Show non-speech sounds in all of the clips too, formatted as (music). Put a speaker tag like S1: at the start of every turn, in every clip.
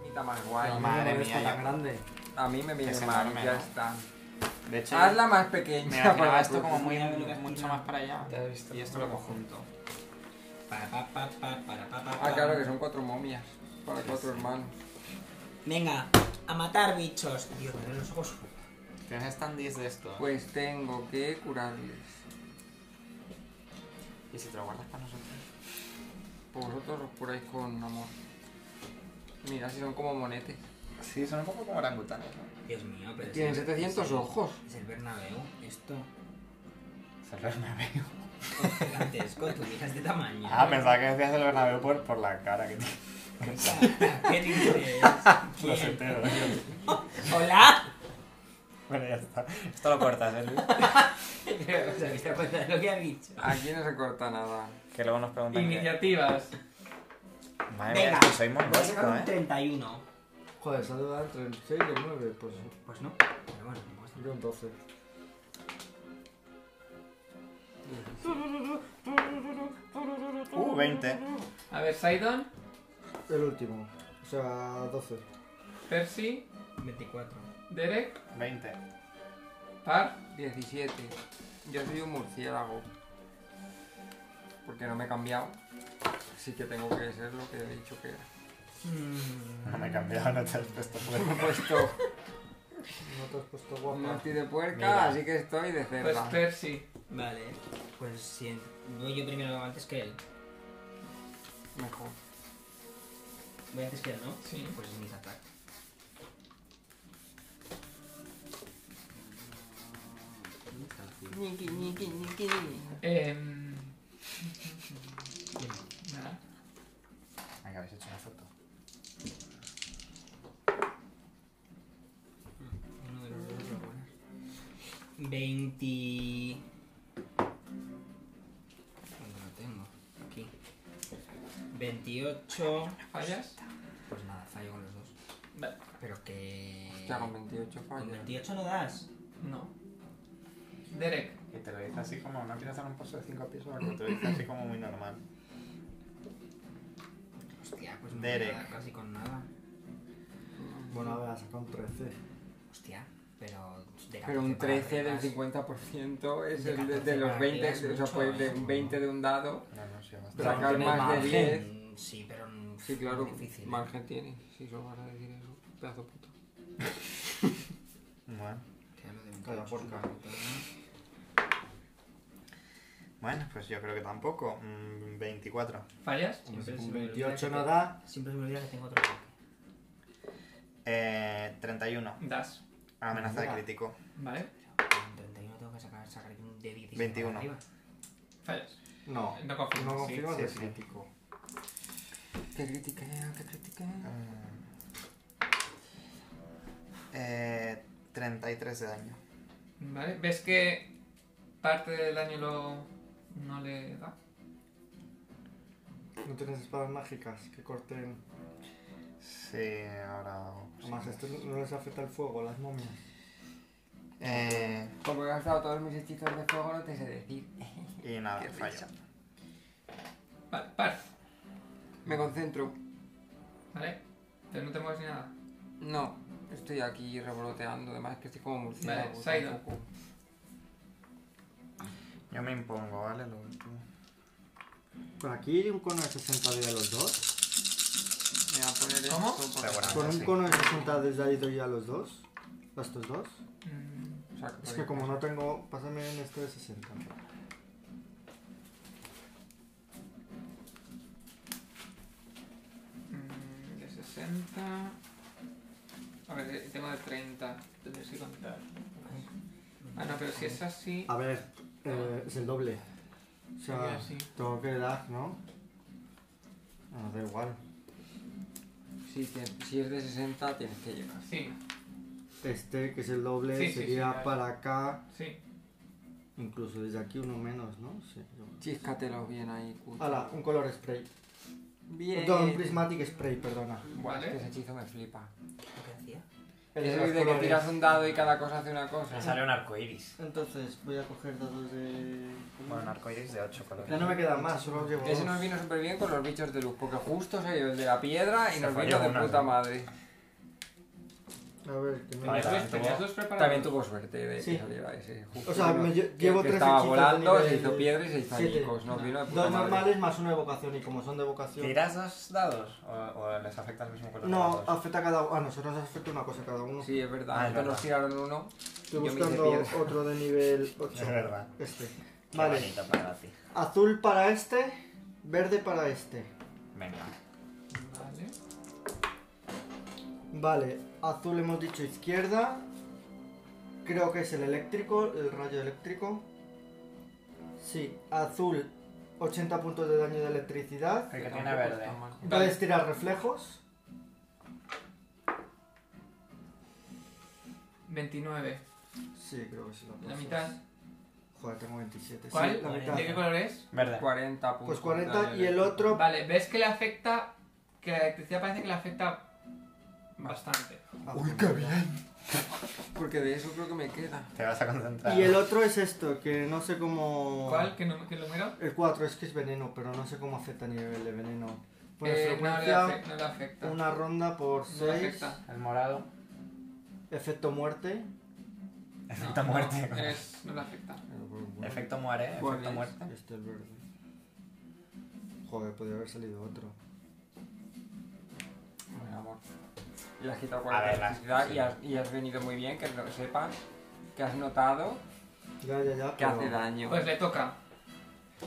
S1: cajita más guay.
S2: La
S3: madre
S2: no
S3: mía,
S2: está
S3: yo-
S2: tan grande.
S1: A mí me viene
S3: Es
S1: mal,
S3: enorme,
S1: ya
S3: ¿no?
S1: está.
S3: De hecho,
S1: Hazla más
S3: me
S1: pequeña
S3: imaginaba
S1: para
S3: esto como
S1: cruz.
S3: muy,
S2: mira lo que es
S3: mucho
S2: una-
S3: más para allá.
S1: Te has visto
S3: Y esto
S1: como
S3: lo cojo.
S1: junto.
S2: Pa, pa, pa, pa, para, pa, pa,
S1: Ah,
S2: pa.
S1: claro, que son cuatro momias. Para cuatro hermanos.
S2: Venga, a matar bichos. Dios, me duelen los ojos.
S3: Tienes standees de esto.
S1: Pues tengo que curarles.
S3: ¿Y si te lo guardas para nosotros?
S1: Vosotros los curáis con amor. Mira, si son como monetes.
S3: Sí, son un poco como orangutanes, ¿no?
S2: Dios mío, pero... es
S1: Tienen
S2: el-
S1: 700
S2: es el-
S1: ojos.
S2: Es el Bernabéu. Esto
S3: el Bernabéu.
S2: es gigantesco. Tú miras de tamaño.
S3: Ah, pensaba que decías el Bernabéu por, por la cara que (laughs) tiene.
S2: (laughs) ¿Qué dices?
S3: Los
S2: ¿Quién?
S3: enteros.
S2: ¡Hola! (laughs)
S3: Bueno, ya está. Esto lo cortas, ¿eh, Luis?
S2: Pero, ¿Os habéis dado cuenta de lo que ha dicho?
S1: Aquí no se corta nada.
S3: Que luego nos preguntan que...
S4: Iniciativas.
S3: Madre mía,
S2: Venga,
S3: es que soy muy
S2: voy a sacar
S3: básico,
S2: un
S3: ¿eh?
S2: 31.
S5: Joder, se ha dado entre el 6 y el 9, pues
S2: Pues no, pero bueno, como es-
S5: yo un 12.
S3: Uh, 20.
S4: A ver, Sidon,
S5: El último, o sea, 12.
S4: Percy,
S2: 24.
S4: Derek,
S3: 20.
S4: Par.
S1: 17. Yo soy un murciélago. Porque no me he cambiado. Así que tengo que ser lo que he dicho que era. (laughs)
S3: No me he cambiado, no te has puesto (laughs) fuera.
S1: Me he puesto
S5: No te has puesto
S1: no
S5: guapa.
S1: estoy de puerca,
S3: Mira.
S1: así que estoy de
S4: Pues
S1: cerda.
S4: Percy.
S2: Vale, pues si voy yo primero antes que él.
S1: Mejor.
S2: Voy antes que él, ¿no?
S4: Sí.
S2: Pues es mis ataques.
S4: em, nada.
S3: Venga, habéis hecho una foto.
S2: Uno de los dos es lo bueno. 20. ¿Dónde lo tengo? Aquí. 28.
S4: ¿Fallas?
S2: Pues nada, fallo con los dos.
S4: Vale.
S2: Pero que.
S1: Hostia, con 28
S2: Con
S1: fallas.
S2: 28 no das.
S4: No. Derek,
S3: Y te lo dice así como, no empiezas a dar un paso de 5 pies o algo, te lo dice así como muy normal.
S2: Hostia, pues no
S3: Derek.
S2: voy a dar casi con nada.
S5: Bueno, a ver, ha sacado un 13.
S2: Hostia, pero. de
S1: Pero un
S2: 14 para
S1: 13 del
S2: arriba.
S1: 50% es
S2: De
S1: el de,
S2: 14
S1: de los
S2: para arriba
S1: 20,
S2: es
S1: o sea,
S2: mucho,
S1: pues de
S2: ¿eh?
S1: un 20 de un dado.
S3: No, no, sí, bastante.
S2: Pero no
S1: sacar
S2: tiene
S1: más de
S2: margen. Sí, pero. mm,
S1: Sí, claro,
S2: es difícil, ¿eh?
S1: margen tiene. Si solo vas a decir eso, pedazo puto.
S3: Bueno.
S2: Ya lo de
S5: Calla,
S2: 28
S5: porca.
S2: ¿no?
S3: Bueno, pues yo creo que tampoco. Mm, 24.
S4: ¿fallas?
S2: Siempre se
S5: Con
S2: me olvida
S5: 28
S2: que
S5: no
S2: te-
S5: da.
S2: Siempre se me olvida que tengo otro ataque.
S3: Eh, 31.
S4: Das.
S3: Amenaza de
S5: Mira.
S3: crítico.
S4: ¿Vale?
S2: Con 31 tengo que sacar, sacar un de 16
S3: 21.
S2: arriba.
S4: Fallas.
S5: No,
S4: No confirmas,
S5: no
S4: sí,
S5: confirmas
S3: sí,
S5: de
S3: sí.
S5: crítico.
S1: Que critiqué, que critiqué.
S3: Mm. Eh, 33 de daño.
S4: ¿Vale? ¿Ves que parte del daño lo... no le da?
S5: No tienes espadas mágicas que corten.
S3: Sí, ahora hago
S5: Además,
S3: cositas.
S5: esto no les afecta el fuego, las momias.
S3: Eh,
S1: Como he gastado todos mis hechizos de fuego, no te sé decir.
S3: y nada,
S1: Qué
S3: fallo.
S1: risa.
S4: Vale, Parf.
S1: Me concentro.
S4: ¿Vale? Entonces no te mueves ni nada.
S1: No, estoy aquí revoloteando. Además, que estoy como murciélago.
S4: Vale, Saida.
S1: tampoco.
S3: Yo me impongo, ¿vale? Lo último.
S5: Con aquí un cono de 60 de los dos.
S1: Me va a poner esto.
S4: ¿Cómo?
S1: porque-
S3: Seguramente.
S5: Con un
S3: sí.
S5: cono de 60 desde ahí doy a los dos. A estos dos.
S4: Mm,
S1: O sea, que
S5: Es que como no tengo. Pásame en este de 60.
S4: mm, de 60... A ver, eh, tengo de 30. Tendré que contar. Ah, no, pero si es así...
S5: A ver, eh, es el doble. O sea,
S4: Sería así.
S5: tengo que dar, ¿no? Ah, da igual.
S1: Si, te- si es de 60, tienes que llegar.
S4: Sí,
S5: Este, que es el doble,
S4: Sí, sí,
S5: sería
S4: sí, claro.
S5: para acá.
S4: sí.
S5: Incluso desde aquí uno menos, ¿no? Sí. yo-
S1: Chíscatelo bien ahí, culo.
S5: Ala, un color spray.
S1: Bien.
S5: No, un prismatic spray, perdona.
S1: Buah, es que
S4: Vale.
S1: ese hechizo me flipa.
S2: ¿Lo que hacía?
S1: Eso de que tiras un dado y cada cosa hace una
S3: Me
S1: cosa.
S3: sale un arco iris.
S5: Entonces voy a coger dados de.
S3: Bueno, un arco iris de 8
S5: Ya
S3: colores.
S5: no me quedan más, solo llevo.
S1: Ese
S5: dos.
S1: nos vino súper bien con los bichos de luz, porque justo se dio el de la piedra y
S3: Se
S1: nos
S3: falló
S1: vino de
S3: una,
S1: puta
S3: ¿no?
S1: madre.
S5: A ver, que me-
S3: Vale, también
S4: ¿Tenías dos-
S3: tuvo-
S4: tenías dos preparados?
S1: También tuvo suerte de
S5: Sí.
S1: que saliera ese. Justo
S5: O sea,
S1: uno
S5: me lle-
S1: que-
S5: llevo
S1: que
S5: tres
S1: Estaba
S5: hechizos de
S1: volando, se
S5: nivel
S1: hizo piedra y se hizo
S5: siete.
S1: añicos. Nos vino de puta
S5: Dos
S1: madre.
S5: normales más una de vocación, y como son de vocación.
S3: ¿Tiras dos dados? ¿O, o les afecta el mismo color? a
S5: No,
S3: los dos?
S5: afecta a cada uno. A nosotros nos afecta una cosa cada uno.
S1: Sí, es verdad.
S3: Ah, es
S1: nosotros nos
S3: verdad.
S1: tiraron uno.
S5: Estoy
S1: yo me hice
S5: buscando
S1: piedra.
S5: otro de
S1: (laughs)
S5: nivel 8.
S3: Es verdad.
S5: Este.
S3: Qué
S5: Vale,
S3: bonito para ti.
S5: azul para este, verde para este.
S3: Venga.
S4: Vale.
S5: Vale, azul hemos dicho izquierda. Creo que es el eléctrico, el rayo eléctrico. Sí, azul 80 puntos de daño de electricidad.
S3: El que tiene
S1: Tampoco
S3: verde.
S1: está mal.
S5: Puedes tirar reflejos.
S4: 29.
S5: Sí, creo que sí. lo
S4: La
S5: pasas.
S4: mitad.
S5: Joder, tengo 27. sí,
S4: ¿Cuál?
S5: la mitad.
S4: ¿De qué color es?
S3: Verde.
S1: 40 puntos.
S5: Pues
S1: de
S5: 40
S1: daño
S5: y el
S1: eléctrico.
S5: otro...
S4: Vale, ves que le afecta. Que la electricidad parece que le afecta bastante.
S5: Ah,
S1: Uy, qué bien. Porque de eso creo que me queda.
S3: Te vas a concentrar.
S5: Y el otro es esto, que no sé cómo...
S4: ¿Cuál? ¿Qué, num- qué número?
S5: El 4 es que es veneno, pero no sé cómo afecta a nivel de veneno. Pues
S4: Eh, no, le
S5: frecuencia,
S4: afecta, no le afecta. No
S5: una ronda por
S4: le
S5: 6.
S4: afecta.
S3: El morado.
S5: Efecto muerte.
S3: Efecto
S4: No,
S3: muerte.
S4: No, es- no le afecta.
S3: (laughs) Efecto muere,
S1: ¿Cuál
S3: efecto
S1: es?
S3: muerte.
S5: Este es verde. Joder, podría haber salido otro.
S1: Bueno, amor. Y has quitado
S3: A
S1: 40
S3: ver,
S1: de
S3: la-
S1: electricidad
S3: sí.
S1: y, has, y has venido muy bien, que lo sepas, que has notado
S5: Ya, ya, ya.
S1: que
S5: pero-
S1: hace daño.
S4: Pues le toca.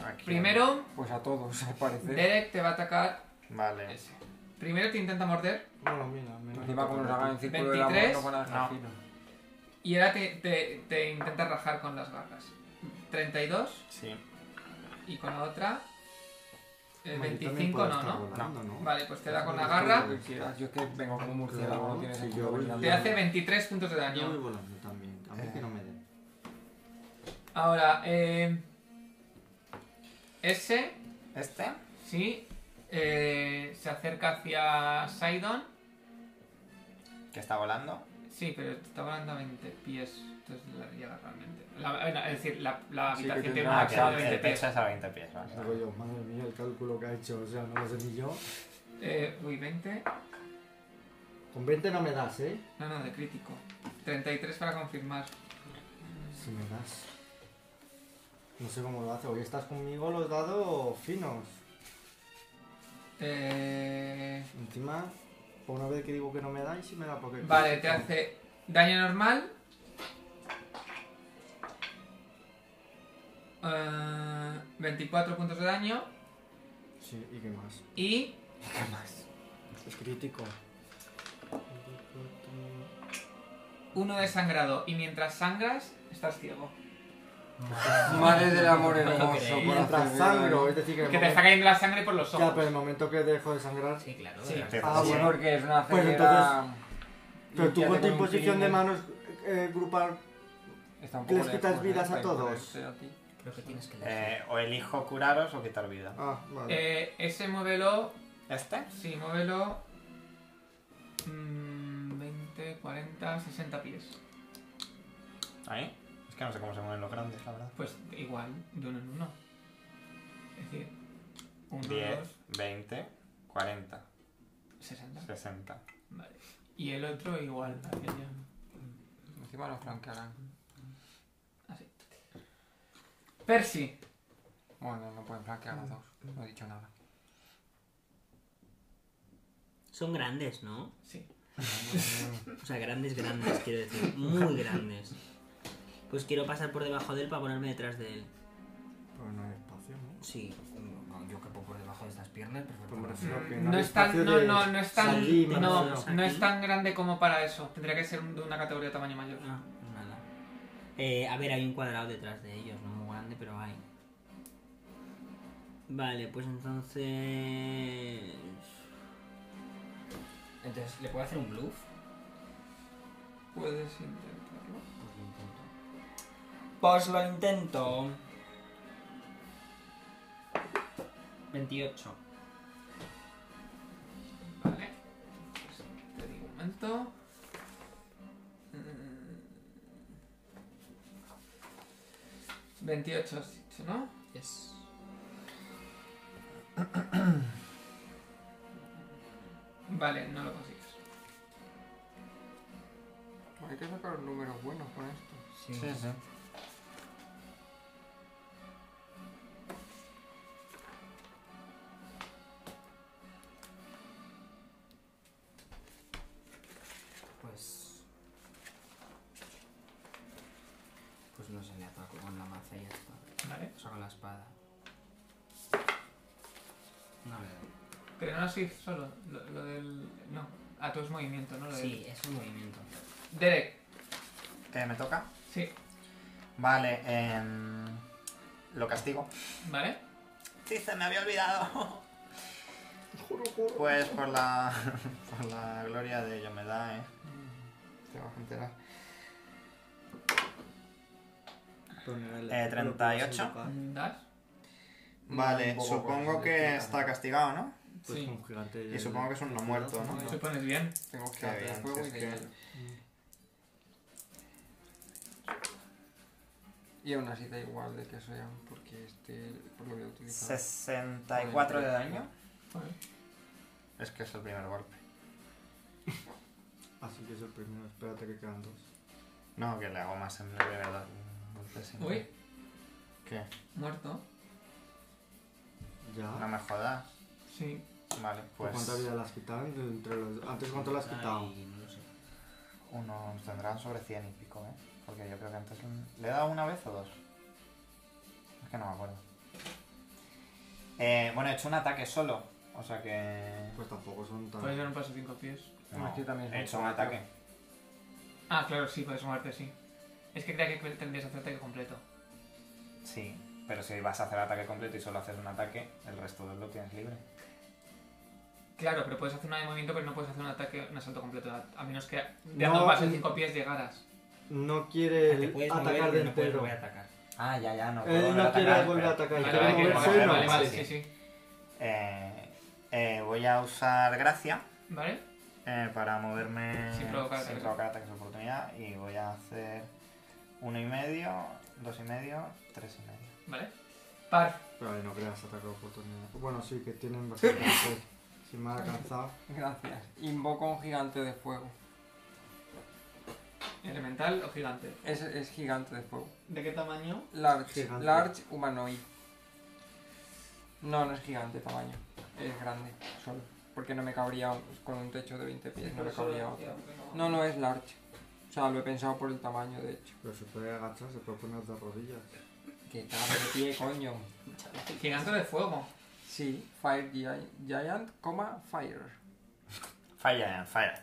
S3: Aquí.
S4: Primero,
S1: Pues a todos, (laughs) al parecer.
S4: Derek te va a atacar
S3: Vale.
S4: ese. Primero te intenta morder
S5: Bueno, mira, mira.
S1: Encima como nos hagan
S4: Eh,
S1: el círculo del
S4: 23,
S1: amor, no van a dejar
S3: no.
S1: fino.
S4: y ahora te, te- te intenta rajar con las garras. 32
S3: Sí.
S4: y con la otra. El
S5: Bueno, yo también
S4: 25
S5: puedo
S4: no,
S5: estar
S4: ¿no?
S5: volando, ¿no?
S4: Vale, pues te da con la
S5: Vale.
S4: garra.
S1: Lo que quieras, Yo es que vengo como un murciélago, no tienes
S5: Sí,
S1: ningún
S5: yo voy
S1: problema.
S5: bien.
S4: Te hace 23 puntos de
S5: Yo voy
S4: daño.
S5: volando también. A mí que no me
S1: Eh.
S5: den.
S4: Ahora, eh. Ese,
S3: Este.
S4: sí. eh, se acerca hacia Sidon.
S3: Que está volando.
S4: Sí, pero te está volando a 20 pies. Entonces la llega realmente. La- bueno, es decir, la, la
S1: Sí, que
S4: habitación tiene
S1: tendrá
S4: una
S1: Ah,
S3: Ah,
S1: que
S3: que
S4: máxima
S1: claro,
S3: el,
S4: de
S3: el
S4: 20 pies.
S5: ¿eh?
S3: pecho es a 20 pies. Vale.
S5: Digo yo, madre mía, el cálculo que ha hecho. O sea, no lo sé ni yo.
S4: Eh, uy, 20.
S5: Con 20 no me das, ¿eh?
S4: No, no, de crítico. 33 para confirmar.
S5: Si me das. No sé cómo lo hace. Hoy estás conmigo los dados finos.
S4: Eh,
S5: Encima, por una vez que digo que no me da y si me da porque.
S4: vale, te hace daño normal. Eh, 24 puntos de daño.
S5: Sí, ¿y qué más?
S4: Y
S5: Es crítico.
S4: uno de sangrado. Y mientras sangras, estás ciego.
S1: Madre del amor
S3: ¿Cuánto
S1: hermoso.
S3: queréis?
S1: por
S5: Mientras
S1: hacer
S5: sangro,
S1: bien.
S5: es decir, que. el
S4: Que te está
S5: momento-
S4: cayendo la sangre por los
S5: Ya,
S4: ojos.
S5: pero el momento que dejo de sangrar.
S3: Sí, claro.
S4: Sí.
S5: Ah,
S1: Sí,
S5: bueno.
S1: porque es una
S5: Pues
S1: ceguera...
S5: Pero tú
S1: límpiate
S5: con tu
S1: con un
S5: imposición de
S1: peine.
S5: manos, eh, grupar.
S1: Está un
S5: que les
S1: poco
S5: quitas
S1: lejos, ¿eh?
S5: vidas a
S1: Está ahí
S5: todos.
S1: por este, a ti.
S3: Creo que tienes que eh, O elijo curaros o quitar vida.
S5: Ah, vale.
S4: Eh, ese muévelo
S3: Este.
S4: Sí, muévelo. mm, 20, 40, 60 pies.
S3: Ahí. Es que no sé cómo se mueven los grandes, la verdad.
S4: Pues igual, de uno en uno. Es decir, 1,
S3: 10,
S4: 2,
S3: 20, 40,
S4: 60.
S3: 60.
S4: Vale. Y el otro igual, hacia allá.
S1: Encima nos flanquearán.
S4: Así. Percy.
S1: Bueno, no pueden flanquear
S5: Mm.
S1: a dos. No he dicho nada.
S2: Son grandes, ¿no?
S4: Sí.
S2: O sea, grandes, grandes, quiero decir. Muy grandes. Pues quiero pasar por debajo de él para ponerme detrás de él.
S5: Pero no hay espacio, ¿no?
S2: Sí. No, yo quepo por debajo de estas piernas,
S5: Pues me
S2: perfectamente.
S5: refiero que
S4: No
S5: hay
S4: es tan,
S5: espacio
S4: no,
S5: de-
S4: no, no es tan,
S5: Aquí, me
S4: no,
S5: refiero.
S4: no es
S2: Aquí.
S4: tan grande como para eso. Tendría que ser un- de una categoría de tamaño mayor.
S2: Ah, pues nada. Eh, a ver, hay un cuadrado detrás de ellos, no muy grande, pero hay. Vale, pues entonces.
S6: Entonces, ¿le puedo hacer un bluff?
S4: Puedes intentarlo.
S2: Pues lo intento. 28.
S4: Vale. Pues te digo un momento. Mm. 28, has dicho, ¿no?
S2: Yes.
S4: Vale, no lo consigues.
S1: Pues Hay que sacar números buenos con esto.
S2: Sí.
S3: Sí, sí.
S2: Pues. Pues no se le ataco con la maza y ya está.
S4: Vale.
S2: O sea, con la espada. No le doy.
S4: Pero no así solo, lo, lo del... No, a tus movimientos, ¿no? Lo
S2: Sí, es un movimiento.
S4: Del... Derek,
S3: Eh, ¿Me toca?
S4: sí,
S3: Vale, em, lo castigo.
S4: ¿vale?
S3: Sí, se me había olvidado.
S5: Juro, juro.
S3: Pues por la, (laughs) por la gloria de ello me da, eh.
S1: Te vas a enterar.
S3: Eh, 38.
S4: ¿Das?
S3: Vale,
S1: Mm, Un poco
S3: supongo
S1: con-
S3: que está castigado, ¿no?
S6: Pues
S4: Sí.
S6: un gigante.
S3: Y supongo que es un no muerto, ¿no?
S4: Supones bien.
S1: Tengo que Mm.
S3: Qué
S1: hacer
S3: bien,
S1: fuego
S3: si
S1: y
S3: es
S1: de
S3: que-
S1: hielo. Y aún así da igual de que sean, porque este pues lo voy a utilizar.
S3: 64 de daño.
S4: Vale.
S3: Es que es el primer golpe.
S6: Así que es el primero. Espérate que quedan dos.
S3: No, que le hago más en breve, ¿verdad? Golpe sin-
S4: Uy,
S3: ¿Qué?
S4: muerto.
S3: No
S2: Ah,
S6: Ya.
S3: me jodas.
S4: Sí.
S3: Vale, pues.
S6: ¿Cuánta vida las quitan? de entre los- Antes, ¿cuánto las quitaban?
S2: Ay, no lo sé.
S3: Unos tendrán sobre 100 y pico, ¿eh? Porque yo creo que antes. ¿Le he dado una vez o dos? Es que no me acuerdo. Eh, bueno, he hecho un ataque solo. O sea que.
S6: Pues tampoco son
S5: Ah.
S6: tan.
S4: Puedes dar un paso cinco pies.
S3: No,
S1: Pues, Aquí también es
S3: he
S1: un
S3: hecho un
S1: combate.
S3: ataque.
S4: Ah, claro, sí, puedes moverte, sí. Es que creía que tendrías que hacer ataque completo.
S3: Sí, pero si vas a hacer ataque completo y solo haces un ataque, el resto del lo tienes libre.
S4: Claro, pero puedes hacer una de movimiento, pero no puedes hacer un ataque, un asalto completo. A a menos que de
S6: No,
S4: un paso
S6: sí.
S4: cinco pies llegaras.
S6: No
S2: Ah, te
S6: quiere
S2: puedes mover,
S6: atacar de
S2: pero no puedes
S6: entero.
S2: volver a atacar.
S3: Ah, ya, ya, no.
S6: Él Eh, no quiere volver a atacar.
S4: Vale,
S6: Quiere
S4: vale, que-
S6: moverse
S4: vale,
S6: no.
S4: vale, vale,
S3: Sí,
S4: sí, sí.
S3: Eh, eh, voy a usar gracia
S4: ¿Vale?
S3: eh, para moverme
S4: Sin provocar
S3: sin
S4: ataques.
S3: provocar ataques de oportunidad y voy a hacer uno y medio, dos y medio, tres y medio.
S4: Vale. Par.
S6: Pero ahí no creas ataque de oportunidad. Bueno, sí, que tienen
S2: (laughs)
S6: bastante. si me ha alcanzado.
S1: Gracias. Invoco un gigante de fuego.
S4: Elemental o gigante.
S1: Es, es gigante de fuego.
S4: ¿De qué tamaño?
S1: Large.
S6: Gigante.
S1: Large humanoid. No, no es gigante tamaño. Es grande, solo. Porque no me cabría un- con un techo de 20 pies, no me cabría otro. No, no es large. O sea, lo he pensado por el tamaño, de hecho.
S6: Pero se puede agachar, se puede poner de rodillas.
S1: Que cabe de pie, coño.
S4: Gigante de fuego.
S1: Sí, Fire Gi- Giant, coma, Fire.
S3: Fire, fire.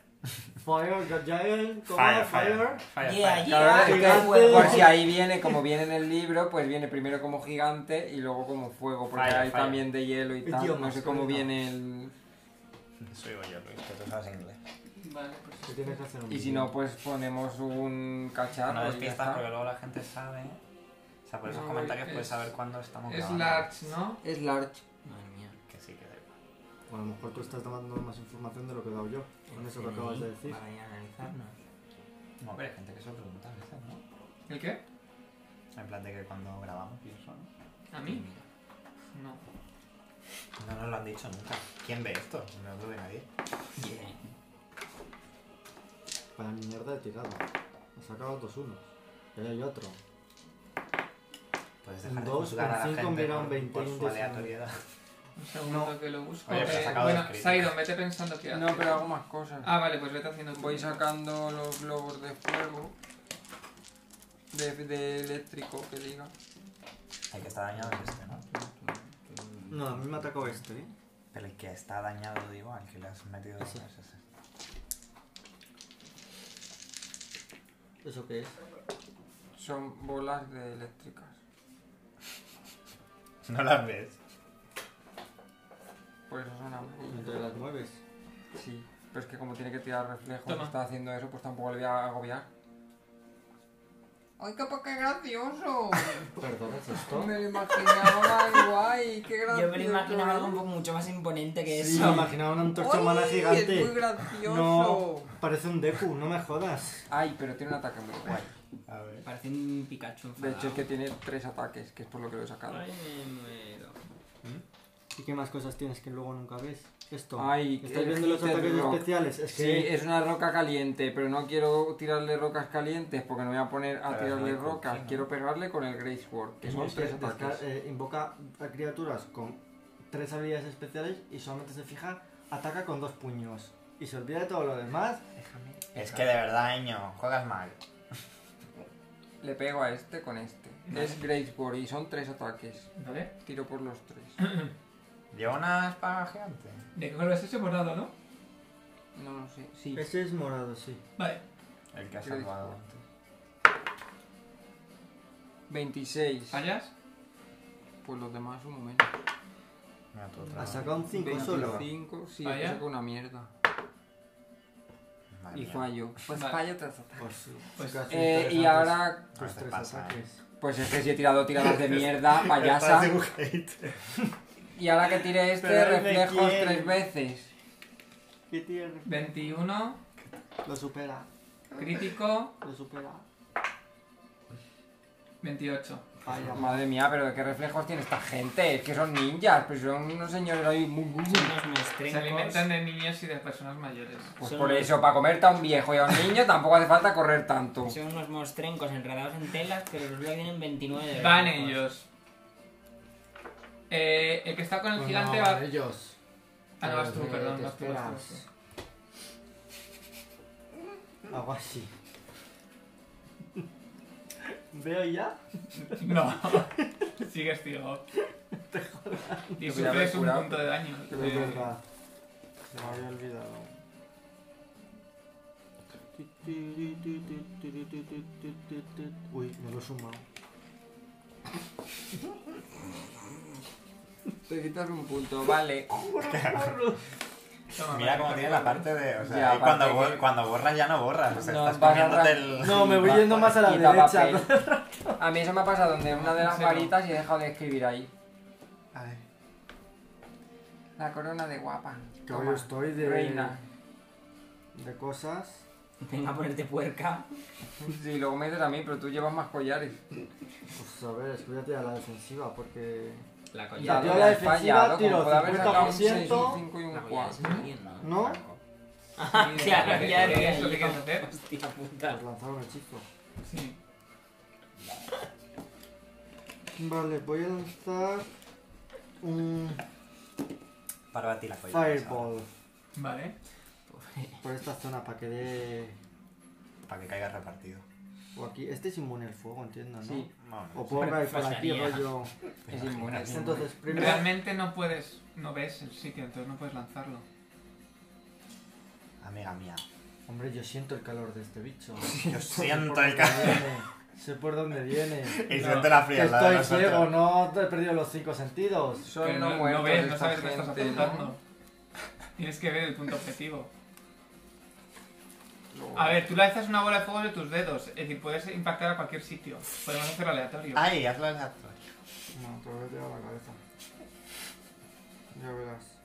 S6: Fire, Giant, fire.
S3: Fire, fire.
S6: fire.
S3: Fire,
S2: Yeah,
S3: fire.
S1: Claro,
S2: yeah,
S1: es
S2: yeah,
S1: que
S2: fuego.
S1: por si ahí viene, como viene en el libro, pues viene primero como gigante y luego como fuego, porque
S3: Fire,
S1: hay
S3: fire.
S1: también de hielo y tal.
S6: Idiomas,
S1: No sé cómo
S6: colega.
S1: viene el...
S3: Soy yo, Luis, que tú sabes inglés.
S4: Vale, pues.
S6: ¿Qué tienes que hacer? un
S1: Y si
S6: vídeo?
S1: no, pues ponemos un
S3: no
S1: cacharro y ya
S3: despistas porque
S1: está.
S3: luego la gente sabe. O sea, por esos
S4: No,
S3: comentarios puedes
S4: es-
S3: saber cuándo estamos
S4: Es
S3: grabando.
S4: large, ¿no?
S1: Es large.
S2: Madre mía.
S3: Que sí, que da igual.
S2: pues-
S6: O a lo mejor tú estás dando más información de lo que he dado yo. Con eso que
S2: FMI,
S6: acabas de decir.
S2: Para ir a analizarnos.
S3: No, pero hay gente que se lo pregunta a veces, ¿no?
S4: ¿El qué?
S3: En plan de que cuando grabamos y eso, ¿no?
S4: ¿A mí? No.
S3: No nos lo han dicho nunca. ¿Quién ve esto? No lo ve nadie.
S2: Yeah.
S6: Para mi mierda de tirada. Has sacado dos unos. Y ahí hay otro.
S3: Puedes
S6: Un
S3: dejar de
S6: dos,
S3: juzgar
S6: un
S3: a la
S6: cinco,
S3: gente
S6: mira, un
S3: por,
S6: 20,
S3: por
S6: un
S3: su
S6: 19.
S3: aleatoriedad.
S4: Un segundo que lo busco.
S3: Oye, pues ha
S4: Eh,
S3: sacado
S4: bueno,
S3: dos críticas.
S4: Sairon, vete pensando qué haces.
S1: No, pero hago más cosas.
S4: Ah, vale, pues vete haciendo tu-
S1: Voy sacando los globos de fuego. De, de eléctrico, que diga.
S3: El que está dañado es este, ¿no?
S6: No, a mí me atacó este, ¿eh?
S3: Pero el que está dañado, digo, al que le has metido
S6: Ese.
S3: es ese.
S5: ¿Eso qué es?
S1: Son bolas de eléctricas.
S3: No las ves.
S1: Por eso son amarillas.
S6: Entre las mueves.
S1: Sí. Pero es que como tiene que tirar reflejos
S4: Toma.
S1: y está haciendo eso, pues tampoco le voy a agobiar.
S4: ¡Ay, qué, qué gracioso!
S6: Perdón, ¿es esto?
S1: Me lo imaginaba (laughs) más guay, qué gracioso.
S2: Yo me lo imaginaba algo un poco mucho más imponente que
S5: Sí,
S2: eso.
S5: me imaginaba una antorcha
S1: ¡Uy,
S5: humana
S1: Es muy
S5: gigante.
S1: gracioso.
S5: No, parece un Deku, no me jodas.
S1: Ay, pero tiene un ataque muy guay.
S5: A ver.
S2: Parece un Pikachu
S1: De
S2: enfadado.
S1: hecho, es que tiene tres ataques, que es por lo que lo he sacado.
S2: Ay, me muero.
S5: ¿Y qué más cosas tienes que luego nunca ves? Esto.
S1: Ay,
S5: ¿Estás
S1: el
S5: viendo los
S1: Heated
S5: ataques
S1: Rock.
S5: especiales? Es
S1: Sí,
S5: que
S1: es una roca caliente, pero no quiero tirarle rocas calientes porque no voy a poner a
S3: Pero
S1: tirarle
S3: no hay
S1: rocas.
S3: cocina.
S1: Quiero pegarle con el Grace Ward, que son
S5: Es que
S1: tres
S5: desca-
S1: ataques.
S5: eh, invoca a criaturas con tres habilidades especiales y solamente se fija, ataca con dos puños. Y se olvida de todo lo demás.
S3: Es que de verdad, Ño, juegas mal.
S1: Le pego a este con este. Es Grace Ward y son tres ataques.
S4: ¿Vale? (clears throat)
S1: Tiro por los tres.
S3: Lleva una espada gigante.
S4: ¿De qué color es ese morado, no?
S1: No lo sé. Sí.
S5: Ese es morado, sí.
S4: Vale.
S3: El que ha
S1: Grace
S3: salvado.
S1: Ward. 26.
S4: ¿Fallas?
S1: Pues los demás un momento.
S3: Mira, tú otra
S5: Ha
S3: vez.
S5: sacado un 5 solo.
S1: 25, sí,
S4: ¿Falla?
S1: yo saco una mierda.
S3: Madre
S1: Y
S3: mía.
S1: fallo. Pues
S4: Vale.
S1: fallo tras ataque.
S5: Pues,
S4: Pues,
S5: casi
S1: Eh, y
S5: interesantes.
S1: ahora,
S3: A
S5: Tus
S3: veces
S5: tres
S3: pasa, ¿eh?
S5: ataques.
S1: pues es que si he tirado tiradas de
S5: (laughs)
S1: mierda, payasa.
S3: Estás de un hate.
S1: Y ahora que tire este,
S5: Pero él me
S1: reflejos
S5: quiere.
S1: tres veces.
S5: ¿Qué tiene?
S4: 21,
S5: Lo supera,
S4: crítico,
S5: lo supera.
S4: 28.
S5: Vaya, ma-
S1: Madre mía, pero ¿qué reflejos tiene esta gente? Es que son ninjas, pero son unos señores ahí. muy- muy-
S2: Son unos
S4: Se
S2: mestrencos.
S4: alimentan de niños y de personas mayores.
S1: Pues
S2: Son
S1: por
S2: unos-
S1: eso, para comerte a un viejo y a un niño tampoco hace falta correr tanto.
S2: Son unos mostrencos enredados en telas, pero los veo que tienen 29 de
S4: Van
S2: reflejos.
S4: ellos. Eh, el que está con el
S5: pues
S4: gigante
S5: no,
S4: va...
S5: ellos.
S4: Ah, no, vas tú,
S5: Eh, te
S4: perdón, vas tú, vas tú.
S5: esperas. Hago así. ¿Veo ya?
S4: No. (laughs) Sigues ciego. Y
S1: Te voy a haber
S4: sufres un
S1: curado.
S4: punto de daño.
S5: Es
S1: Eh.
S5: verdad. Se me había olvidado. Uy, no lo he sumado.
S1: Te quitas un punto, vale.
S4: Toma,
S3: Mira
S4: vale,
S3: cómo
S4: vale.
S3: tiene la parte de. O sea,
S1: Ya,
S3: ahí cuando,
S1: aparte
S3: bor-
S1: que-
S3: cuando borras ya no borras. O sea,
S1: No,
S3: estás
S1: vas a
S3: comiéndote
S1: ra-
S3: el.
S5: No, me voy yendo más a la
S1: Quita
S5: derecha.
S1: papel. A mí eso me ha pasado donde una de las
S4: Cero.
S1: varitas y he dejado de escribir ahí.
S3: A ver.
S1: La corona de guapa.
S5: Que
S1: Toma,
S5: hoy estoy de.
S1: Reina.
S5: De cosas.
S2: Venga a ponerte puerca.
S1: Sí, luego me dices a mí, pero tú llevas más collares.
S5: Pues a ver, es que voy a tirar la defensiva porque.
S2: La
S5: Ya,
S2: collar.
S5: yo
S1: Dado
S5: la
S1: de España,
S5: defensiva
S1: ¿no?
S5: tiro
S1: Como puede haber sacado un
S5: 50%.
S1: 6, un 5 y un
S2: La collar
S1: 4.
S2: está bien, ¿no?
S5: ¿No?
S2: Franco.
S4: Sí,
S2: Claro,
S4: vale,
S2: ya
S4: vale,
S2: era
S4: eso
S2: yo.
S4: que quieres hacer.
S2: Hostia puta.
S5: Pues lanzar un hechizo.
S4: Sí.
S5: Vale, voy a lanzar. Un
S3: Para batir la polla.
S5: Fireball.
S4: Vale.
S5: Por esta zona para que dé.
S3: Para que caiga repartido.
S5: O aquí. Este es inmune al fuego, entiendo, ¿no?
S1: Sí,
S3: No, no.
S5: O puedo caer por aquí,
S2: Pasaría.
S5: rollo.
S1: es inmune. es inmune.
S5: Entonces, primero.
S4: Realmente no puedes, no ves el sitio, entonces no puedes lanzarlo.
S3: Amiga
S5: (laughs)
S3: mía.
S5: Hombre, yo siento el calor de este bicho.
S3: Yo siento
S5: Sé
S3: el
S5: por
S3: ca-
S5: (laughs) dónde viene, Sé por dónde viene.
S3: Y
S4: No,
S3: siento la
S5: Que
S3: frialdad de
S5: estoy
S3: nosotros.
S5: ciego, no he perdido los cinco sentidos.
S1: Son
S4: Que
S1: no,
S4: no, no
S1: muertos
S4: ves, no
S1: esta
S4: sabes qué estás
S1: gente, ¿no?
S4: apuntando. Tienes que ver el punto objetivo. A ver, tú lanzas una bola de fuego de tus dedos, es decir, puedes impactar a cualquier sitio. Podemos hacer aleatorio.
S3: Ay, hazlo exacto.
S5: No, te lo voy a tirar a la cabeza. Ya verás.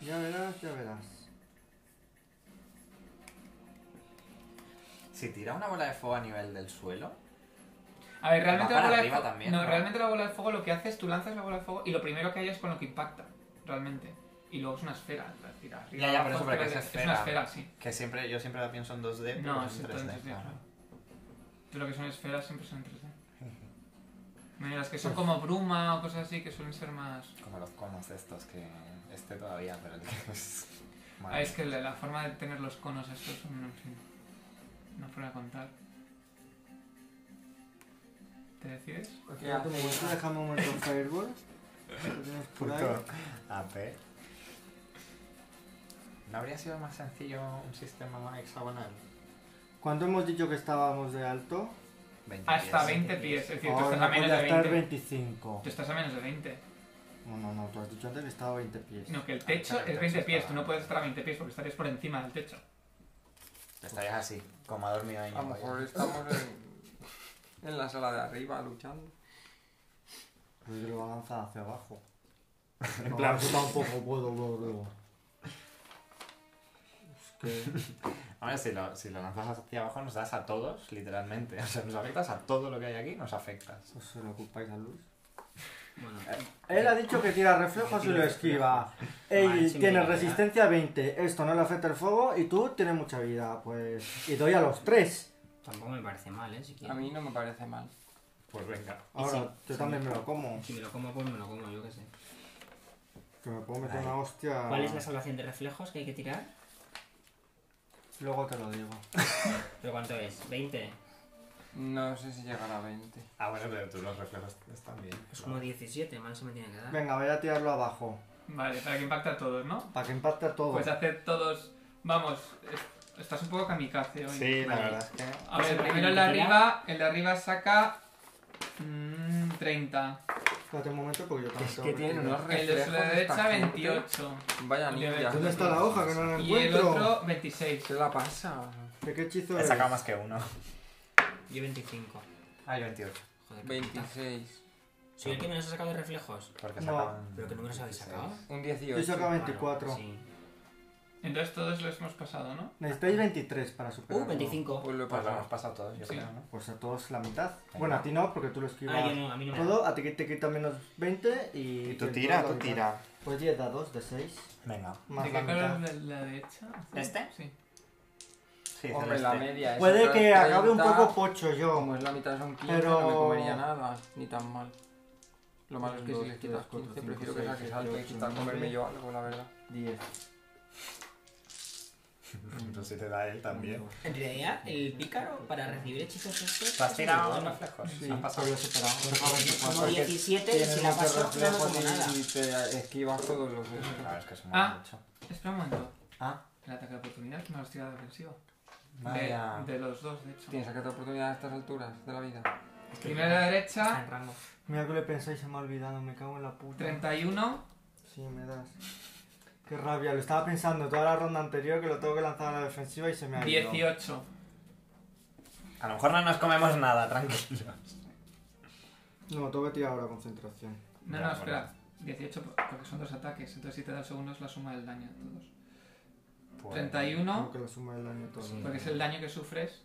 S5: Ya verás, ya verás.
S3: Si tira una bola de fuego a nivel del suelo,
S4: A ver, realmente
S3: Va
S4: la
S3: para
S4: bola de
S3: arriba
S4: fuego.
S3: también,
S4: no,
S3: ¿no?
S4: realmente la bola de fuego lo que haces, tú lanzas la bola de fuego y lo primero que hay es con lo que impacta, realmente. Y luego es una esfera, la tira arriba.
S3: Ya, ya, por eso,
S4: abajo,
S3: pero que
S4: izquierda,
S3: es
S4: derecha. Es una
S3: esfera.
S4: esfera, sí.
S3: que siempre yo siempre la pienso en 2D, pero
S4: No,
S3: es
S4: es
S3: en
S4: todo en
S3: 3D.
S4: 3D,
S3: claro.
S4: claro. Yo lo que son esferas siempre son en 3D. Bueno, las que son como bruma o cosas así que suelen ser más.
S3: Como los conos estos que este todavía, pero el que
S4: (laughs)
S3: es.
S4: Ah, es que la, la forma de tener los conos estos son, en fin, no fuera a contar. ¿Te decides?
S3: Pues
S5: Espérate un momento, déjame un momento el Fireball. Lo tienes por ahí.
S3: Puto AP. ¿No habría sido más sencillo un sistema hexagonal?
S5: ¿Cuánto hemos dicho que estábamos de alto?
S3: 20
S4: Hasta
S3: pies.
S4: 20 pies, pues, es decir, tú estás a
S5: Ahora voy
S4: menos
S5: a
S4: de
S5: estar
S4: 20.
S5: 25.
S4: Tú estás a menos de 20.
S5: No, no, no, tú has dicho antes que estaba a 20 pies.
S4: No, que el techo
S3: Ah, claro,
S4: es
S3: el
S4: 20
S3: techo
S4: pies,
S3: está-
S4: tú no puedes estar a 20 pies porque estarías por encima del techo.
S3: Estarías así, como ha dormido ahí.
S1: A lo mejor estamos en... en la sala de arriba luchando.
S5: Pues
S6: Pero yo lo voy a lanzar hacia abajo.
S3: En
S6: No,
S3: plan,
S6: Eso tampoco puedo, luego, luego.
S3: Ahora, si lo, si lo lanzas hacia abajo, nos das a todos, literalmente. (laughs) O sea, nos afectas a todo lo que hay aquí, nos afectas.
S6: ¿Os se lo ocupáis a luz?
S2: Bueno,
S5: Él ha dicho que tira reflejos y lo esquiva.
S2: Vale,
S5: Él
S2: sí me
S5: tiene
S2: queda.
S5: resistencia 20. Esto no le afecta el fuego y tú tienes mucha vida. Pues. Y doy a los tres.
S2: tampoco me parece mal, ¿eh? Si,
S1: A
S2: quieres.
S1: mí no me parece mal.
S3: Pues venga.
S5: Ahora,
S2: sí,
S5: yo también me lo como.
S2: si me lo como, pues me lo como, yo qué sé.
S5: Que me puedo meter una hostia.
S2: ¿Cuál es la salvación de reflejos que hay que tirar?
S5: Luego te lo digo.
S2: ¿Pero cuánto es? ¿20?
S1: No sé si llegará a 20.
S3: Ah, bueno, pero tú los reflejos están bien.
S2: Es Pues como 17, mal se me tiene que dar.
S5: Venga, voy a tirarlo abajo.
S4: Vale, para que impacte a todos, ¿no?
S5: Para que impacte a todo.
S4: Pues hacer todos. Vamos, es- estás un poco kamikaze hoy.
S3: Sí, la
S2: Vale.
S3: verdad es que.
S4: A ver,
S2: Pues
S4: primero el de
S2: el que tira.
S4: arriba. El de arriba saca. mm, 30.
S5: Espérate un momento porque yo también
S1: Es
S5: tengo
S1: que tiene
S5: tirar.
S1: unos
S4: El de su
S1: reflejos. esta
S4: derecha,
S1: gente.
S4: 28.
S1: Vaya
S4: El de
S1: ninja.
S5: ¿Dónde está la hoja que no la
S4: Y el
S5: encuentro?
S4: otro, 26.
S1: ¿Qué la pasa?
S5: ¿De qué hechizo
S3: He
S5: es?
S3: sacado más que uno.
S2: Yo 25.
S3: Ah, yo 28.
S2: Joder, qué puta.
S1: 26.
S2: Soy el que menos ha sacado de reflejos.
S3: Porque
S5: No,
S3: sacaban
S2: ¿Pero qué números habéis
S3: 16.
S2: sacado?
S1: Un
S5: Yo he
S1: 18.
S5: sacado 24.
S2: Bueno, sí.
S4: Entonces todos los hemos pasado, ¿no?
S5: Necesitáis 23 para superar.
S2: Uh, 25.
S1: Pues lo he
S3: Pues lo hemos
S1: pasado.
S3: pasado todos, yo
S4: Sí.
S3: creo, ¿no?
S5: Pues a todos la mitad. Bueno, a ti no, porque tú lo esquivas.
S2: Ah, yo no, a mí no me da.
S5: Todo, a ti que te quita menos 20 y...
S3: Y tú
S5: y
S3: tira,
S5: todo
S3: tú
S5: lo que-
S3: tira.
S5: Pues 10 dados de 6,
S3: Venga.
S5: más
S4: ¿De
S5: la
S4: qué color
S5: mitad.
S4: es la, la derecha? ¿Azul?
S3: ¿Este?
S4: Sí.
S3: Sí,
S1: Hombre, la media es
S5: Puede
S1: otra
S5: que acabe un
S1: 30.
S5: poco pocho yo.
S1: Como es la mitad son 15,
S5: Pero-
S1: no me comería nada, ni tan mal. Lo malo es que si
S5: Uno, dos,
S1: les quitas
S5: tres, cuatro,
S1: 15,
S5: cinco,
S1: prefiero que
S5: seis,
S1: saques
S5: siete,
S1: algo y
S5: ocho,
S1: quitar
S5: nueve.
S1: comerme yo algo, la verdad.
S5: 10.
S3: No sé Pues si te da él también.
S2: En realidad, el pícaro para recibir hechizos estos.
S3: ¿Tú has
S2: es
S3: tirado
S2: muy
S3: los
S2: bueno.
S3: reflejos?
S1: Sí.
S3: Has pasado. Pues
S5: Lo he superado.
S2: Como
S5: Porque
S2: 17 y
S5: tienes
S2: si la
S5: muchos
S2: paso, no me
S5: reflejos
S2: como nada.
S1: Y te esquivas todos los estos.
S3: Claro, es que se
S4: Ah.
S3: mueve mucho.
S4: Espera un momento.
S3: Ah.
S4: El ataque de oportunidad no los tira defensiva.
S3: Vaya.
S4: De, de los dos, de hecho.
S1: Tienes que otra oportunidad a estas alturas de la vida.
S2: Es que Ah,
S4: Primero de la
S2: está
S4: derecha,
S2: en rango.
S5: Mira que le pensáis, se me ha olvidado, me cago en la puta.
S4: 31.
S5: Sí, me das. Qué rabia, lo estaba pensando toda la ronda anterior que lo tengo que lanzar a la defensiva y se me ha ido.
S4: 18.
S3: A lo mejor no nos comemos nada, tranquilos.
S5: No, tengo que tirar ahora concentración.
S4: No,
S3: Ya,
S4: no, espera. 18 po- porque son dos ataques. Entonces, si te da el segundo, es la suma del daño. a Todos.
S3: Pues-
S5: Tengo
S4: 31,
S5: que la suma del daño todo.
S2: Sí.
S4: porque es el daño que sufres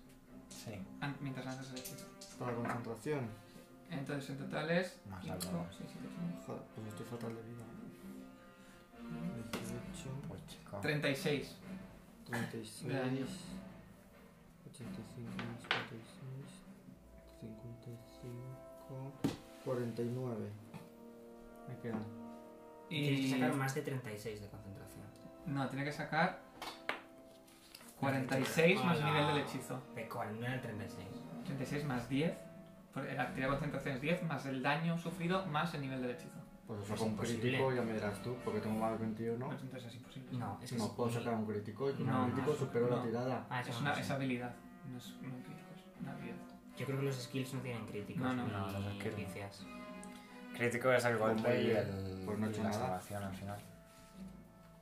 S3: Sí.
S4: an- mientras lanzas el hechizo.
S5: Para concentración.
S4: Entonces, en total es.
S3: Más
S4: cinco,
S3: algo.
S4: seis, siete, ocho,
S5: Joder, pues estoy fatal de vida. 18.
S3: Pues chico.
S4: nueve. 36.
S5: 36,
S4: De daño.
S5: 85 más 46, 55, 49. Me quedan.
S2: Tienes
S4: Y.
S2: que sacar más de 36 de concentración.
S4: No, tiene que sacar 46 más
S2: Ala.
S4: nivel del hechizo.
S2: ¿De cuál? No era el 36.
S4: 36 más 10. porque La actividad de concentración es 10 más el daño sufrido más el nivel del hechizo.
S5: Pues lo
S2: Pues
S5: saco un
S2: imposible.
S5: crítico, ya me dirás tú, porque tengo más 21.
S3: Oh.
S4: Pues Entonces es imposible.
S2: No, es que es
S5: No puedo
S2: muy-
S5: sacar un crítico, y con
S4: No,
S5: un crítico
S4: no,
S5: supero
S4: no.
S5: la tirada.
S2: Ah, eso
S4: Es
S2: no
S4: una
S2: sé.
S4: es habilidad. No es no es crítico, es una habilidad.
S2: Yo creo que los skills no tienen críticos.
S4: No, no.
S2: ni
S3: No, los skills no.
S2: vicias.
S3: Crítico es el
S5: Pues
S3: golpe
S5: muy
S3: y
S5: bien.
S3: el.
S5: Pues no he
S3: y
S5: hecho
S3: la
S5: nada.
S3: salvación al final.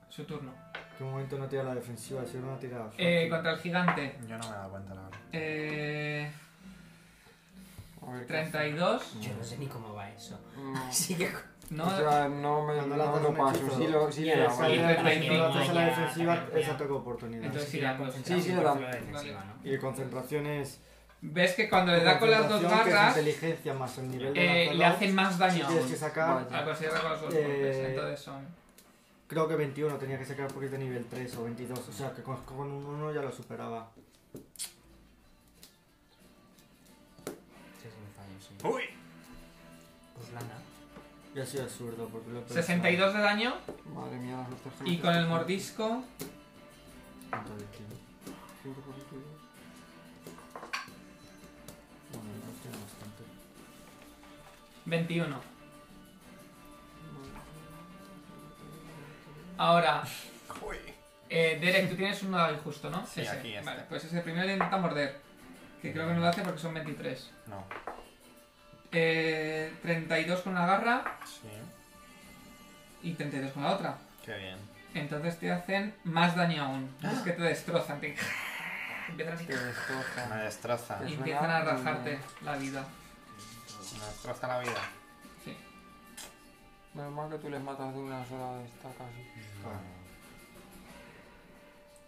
S4: Su turno.
S5: ¿Qué momento no tira la defensiva? Si no tira. fácil.
S4: Eh, contra el gigante.
S3: Yo no me he dado cuenta, la verdad.
S4: Eh,
S1: A ver, qué
S4: 32.
S2: Yo no sé ni cómo va eso.
S1: hace.
S5: (laughs)
S1: Mm,
S2: (laughs) Así que.
S4: No,
S1: O sea, no me
S5: Cuando
S1: no
S5: lanzas
S1: lo
S5: un
S1: paso.
S5: hechizo.
S1: Sí, lo, sí,
S2: Ya,
S1: le
S2: sí.
S1: hago.
S5: Cuando le
S2: para
S5: haces
S2: que
S5: un
S2: no
S5: lanzas a Ah, la
S2: haya
S5: defensiva,
S2: ataque
S5: es
S2: de-
S5: ataque de oportunidad.
S4: Entonces,
S2: la
S4: sí, pues,
S2: concentración
S1: sí,
S2: por
S1: la-
S2: la defensiva, ¿no?
S5: Y concentración es.
S4: ves que cuando le da con las dos
S5: concentración, que es
S4: garras,
S5: inteligencia más el nivel de
S4: eh,
S5: lanzarlo,
S4: le hacen más daño
S5: Tienes
S4: aún.
S5: que sacar.
S1: Vale.
S4: Ah, pues sí, le da con los dos golpes.
S5: Eh,
S4: Entonces son.
S5: Creo que 21 tenía que sacar porque es de nivel 3 o 22. O sea que con, con un 1 ya lo superaba.
S2: Sí, sí, me fallo, sí.
S3: ¡Uy!
S2: Pues lana.
S5: Ya soy absurdo porque lo he pensado.
S4: 62 de daño.
S1: Madre mía, las hostias que me
S4: Y con el
S1: estoy
S4: mordisco.
S5: Punto de tiro.
S1: haciendo. Cinco por cinco.
S5: Bueno, este no tiene bastante.
S4: 21. Ahora,
S3: ¡Uy!
S4: eh, Derek, tú tienes un dado injusto, ¿no?
S3: Sí, aquí está.
S4: Vale, pues ese primero le intenta morder. Que creo que no lo hace porque son 23.
S3: No.
S4: Eh, 32 con una garra
S3: Sí.
S4: y 32 con la otra.
S3: Qué bien.
S4: Entonces te (laughs) hacen más daño aún. Es que te destrozan. te- Empiezan así.
S1: Te destroza.
S3: Me destroza.
S1: Te
S4: Y
S3: Me
S4: empiezan a
S1: suena-
S4: rajarte la vida.
S3: destroza la vida.
S4: Sí.
S1: Menos mal que tú les matas de una sola de esta casi.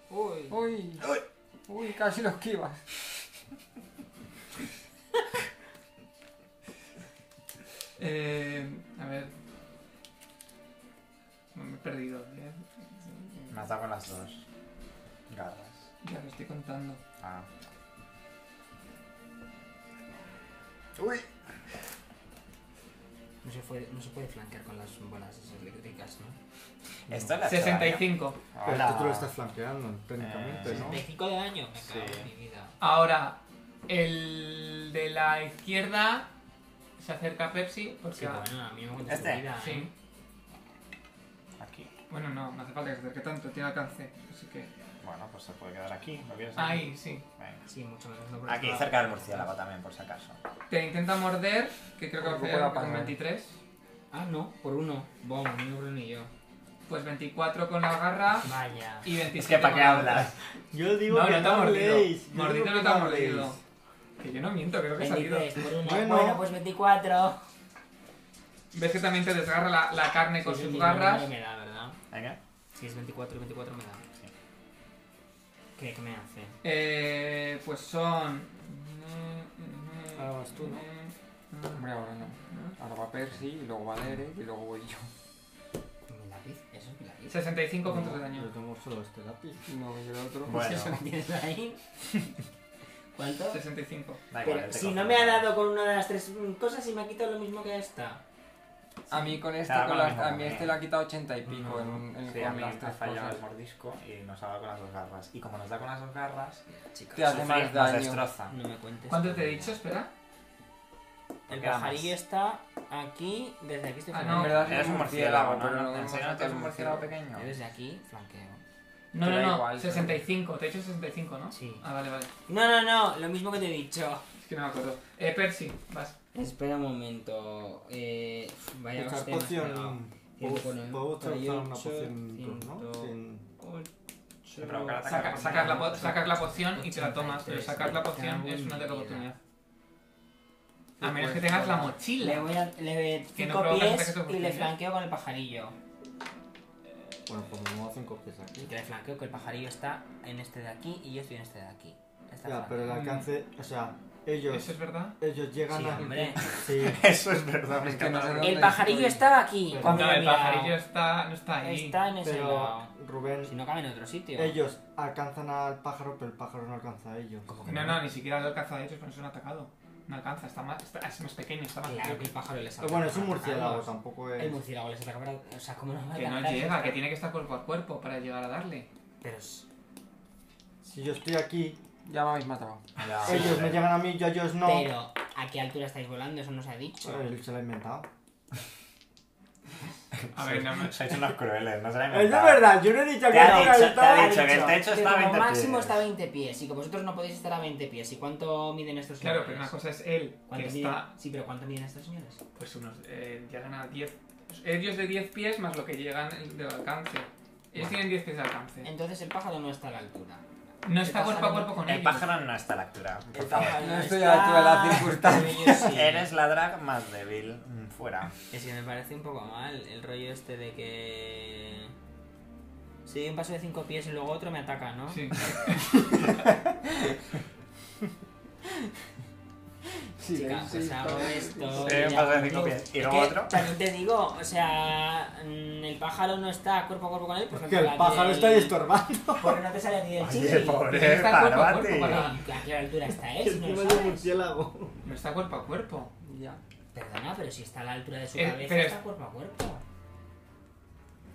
S4: Uy.
S1: Uy, uy, casi lo esquivas.
S4: Eh, a ver. Me he perdido. ¿eh?
S3: Me has dado con las dos. Garras.
S4: Ya lo estoy contando.
S3: Ah. Uy.
S2: No se, puede, no se puede flanquear con las bolas esas eléctricas, ¿no?
S3: Esto le ha hecho
S4: 65.
S3: daño.
S6: Pero
S3: Hola.
S6: tú, tú lo estás flanqueando, técnicamente,
S3: Eh,
S6: ¿no?
S2: 65 de daño, me cago
S3: Sí.
S2: en mi vida.
S4: Ahora, el de la izquierda se acerca a Pepsi porque.
S2: Sí,
S4: va-
S2: bueno, a mí me cuenta
S3: Este.
S2: su vida. ¿eh?
S4: Sí.
S3: Aquí.
S4: Bueno, no, no hace falta que se acerque tanto, tiene alcance. Así que.
S3: Bueno, pues se puede quedar aquí. ¿Lo quieres? aquí?
S4: Ahí, sí.
S3: Venga.
S2: Sí, mucho menos no por
S3: Aquí,
S2: eso.
S3: cerca del murciélago también, por si acaso.
S4: Te intenta morder, que creo que va a
S1: Algo
S4: fallar
S1: pueda
S4: con
S1: pasar.
S4: 23.
S2: Ah, no, por uno. Bom, ni uno ni yo.
S4: Pues 24 con la garra
S2: Vaya.
S4: y 27.
S3: Es que para qué
S4: con la-
S3: hablas.
S5: Yo digo
S4: No,
S5: que
S4: no te ha mordido.
S5: habléis, yo
S4: Mordido
S5: digo
S4: no
S5: que
S4: te ha
S5: habléis.
S4: mordido. Que yo no miento, creo que he salido.
S2: 23 por uno.
S5: Bueno.
S2: Bueno, pues 24.
S4: Ves que también te desgarra la, la carne con
S2: Sí,
S4: sus
S2: 29
S4: garras.
S2: me da, ¿verdad?
S3: Venga.
S2: Si es 24 y 24 me da.
S3: Sí.
S2: ¿Qué, qué me hace?
S4: Eh, pues son.
S5: Ah,
S7: Ahora vas tú, ¿no?
S1: Hombre, ahora no. Ahora va Percy, y luego va Derek, y luego voy yo. (laughs)
S2: ¿Mi lápiz? ¿Eso es mi lápiz?
S4: 65 puntos de
S6: Yo
S4: daño.
S6: tengo solo este lápiz.
S1: No, y el otro.
S3: Bueno,
S2: Pues ¿Eso lo tienes (laughs) ahí? ¿Cuánto?
S4: 65.
S3: da igual.
S2: Pero
S3: él te
S2: si
S3: coge.
S2: no me ha dado con una de las tres mm, cosas y me ha quitado lo mismo que esta.
S1: A mí con este,
S3: Cada
S1: con
S3: con la
S1: las-
S3: misma
S1: a mí este
S3: manera.
S1: le ha quitado 80 y pico en, en-
S3: Sí, a
S1: con
S3: mí
S1: las
S3: me ha
S1: tres
S3: fallado
S1: cosas.
S3: el mordisco y nos ha dado con las dos garras. Y como nos da con las dos garras,
S2: Chicos,
S1: Te hace más
S3: nos
S1: daño.
S3: destroza.
S2: No me cuentes.
S4: ¿Cuánto te he dicho? Espera.
S2: El
S3: Porque era
S2: pajarillo
S3: más.
S2: está aquí, desde aquí estoy
S4: Ah,
S1: En
S4: no.
S2: flanqueando.
S1: verdad
S3: Eres un murciélago, ¿no?
S1: pero no
S3: ¿En
S1: hemos
S3: serio no
S1: sacado
S3: eres
S1: el
S3: un murciélago pequeño?
S2: (laughs) Yo desde aquí flanqueo.
S4: No,
S1: Te
S4: no,
S1: da
S4: no.
S1: igual,
S4: 65. Te he dicho 65, ¿no?
S2: Sí.
S4: Ah, vale, vale.
S2: No, no, no, lo mismo que te he dicho.
S4: Es que no me acuerdo. Eh, Percy, vas.
S2: Espera un momento. Eh, vaya
S6: Echar
S2: hostia, me has pegado.
S6: poción.
S2: Ciento
S6: Puedo
S2: cuarenta y
S6: puedo utilizar una
S2: ocho,
S6: poción en turno,
S2: ciento-
S6: sin-
S3: Te provoca el ataque
S4: Saca-
S3: con-
S4: sacas, la po- sacas la poción y te la tomas, pero
S2: 83,
S4: sacar la poción
S2: me
S4: es una de
S2: cago en mi
S4: oportunidad.
S2: vida.
S4: A menos que tengas la
S2: Le
S4: mochila.
S2: voy a. Le
S4: Que no
S2: cinco
S4: provoca ataques
S2: pies
S4: de
S2: y le
S4: oportunidad.
S2: flanqueo con el pajarillo.
S6: Bueno, pues me muevo cinco pies
S2: Y
S6: aquí.
S2: que le flanqueo que el pajarillo está en este de aquí y yo estoy en este de aquí. Está
S6: Ya, pero
S2: flanqueado.
S6: el alcance, o sea, ellos,
S4: ¿Eso es verdad?
S6: ellos llegan
S2: Sí,
S6: a...
S2: hombre. (laughs)
S6: Sí,
S3: Eso es verdad, me
S1: Es que no sé
S3: encanta.
S1: dónde
S2: El pajarillo
S1: estoy.
S2: estaba aquí.
S6: Pero-
S2: cuando
S4: No,
S2: me
S4: el
S2: miraba.
S4: pajarillo está, no está ahí.
S2: Está en ese
S6: pero
S2: lado. Si
S6: Rubén,
S2: no cabe en otro sitio.
S6: ellos alcanzan al pájaro, pero el pájaro no alcanza a ellos.
S2: ¿Cómo que
S4: No, no, ni siquiera lo alcanza de ellos, pero no han atacado. No alcanza, está más, está- es más pequeño, está más
S2: Claro que el
S4: pequeño.
S2: pájaro les
S6: Pero
S2: ataca
S6: bueno, es un
S2: para
S6: murciélago,
S2: atacarlos.
S6: tampoco
S2: El
S6: es...
S2: murciélago les ataca para... O sea, ¿cómo no va a
S4: Que no
S2: atacar?
S4: llega, que tiene que estar cuerpo a cuerpo para llegar a darle.
S2: Pero es-
S6: Si yo estoy aquí,
S1: Ya me habéis matado.
S3: Ya,
S6: ellos me
S3: hombre.
S6: llegan a mí, yo a ellos no.
S2: Pero, ¿a qué altura estáis volando? Eso no se ha dicho.
S6: Él se lo ha inventado.
S4: A ver, (laughs) no me...
S3: Sois unos crueles, no se la
S6: Es de
S3: inventan.
S6: verdad, yo no he dicho que
S3: Te ha
S6: era
S3: dicho, te ha
S6: alta.
S3: dicho que el techo
S2: que
S3: está a
S2: como
S3: 20
S2: máximo
S3: pies.
S2: está a 20 pies y que vosotros no podéis estar a 20 pies. ¿Y cuánto miden estos
S4: Claro,
S2: señores?
S4: pero una cosa es él, que
S2: ¿Cuánto miden?
S4: está,
S2: Sí, pero ¿cuánto miden estos señores?
S4: pues unos, eh, llegan a 10... Ellos de 10 pies más lo que llegan del alcance. Ellos tienen 10 pies de alcance.
S2: Entonces el pájaro no está a la altura.
S4: No está
S2: el
S4: cuerpo a
S2: pájaro-
S4: cuerpo con
S3: El
S4: ellos.
S3: pájaro no está a la altura. por favor.
S1: No estoy a la altura de las circunstancias.
S2: Pero yo sí.
S3: Eres la drag más débil. Mm, Fuera.
S2: Es que me parece un poco mal el rollo este de que... Si doy un paso de 5 pies y luego otro me ataca, ¿no?
S4: Sí.
S2: Chica, pues hago esto.
S3: Sí,
S2: y
S3: un
S2: ya.
S3: paso de cinco pies. ¿Y
S2: Es
S3: luego
S2: que
S3: otro?
S2: También te digo, o sea, mm, el pájaro no está cuerpo a cuerpo con él porque,
S6: Que
S2: no te
S6: el
S2: sale
S6: pájaro está
S2: del-
S6: estorbando.
S2: Porque no te sale ni del
S3: Oye,
S2: chili.
S3: pobre
S4: Está cuerpo a
S3: Parvati.
S4: cuerpo para-
S2: Oye, ¿A qué altura está él? Si no
S6: Encima
S2: lo
S6: de un
S2: sabes.
S6: murciélago.
S4: No está cuerpo a cuerpo.
S1: Ya.
S2: Perdona, pero si está a la altura de su
S4: Eh,
S2: cabeza,
S4: pero-
S2: está cuerpo a cuerpo.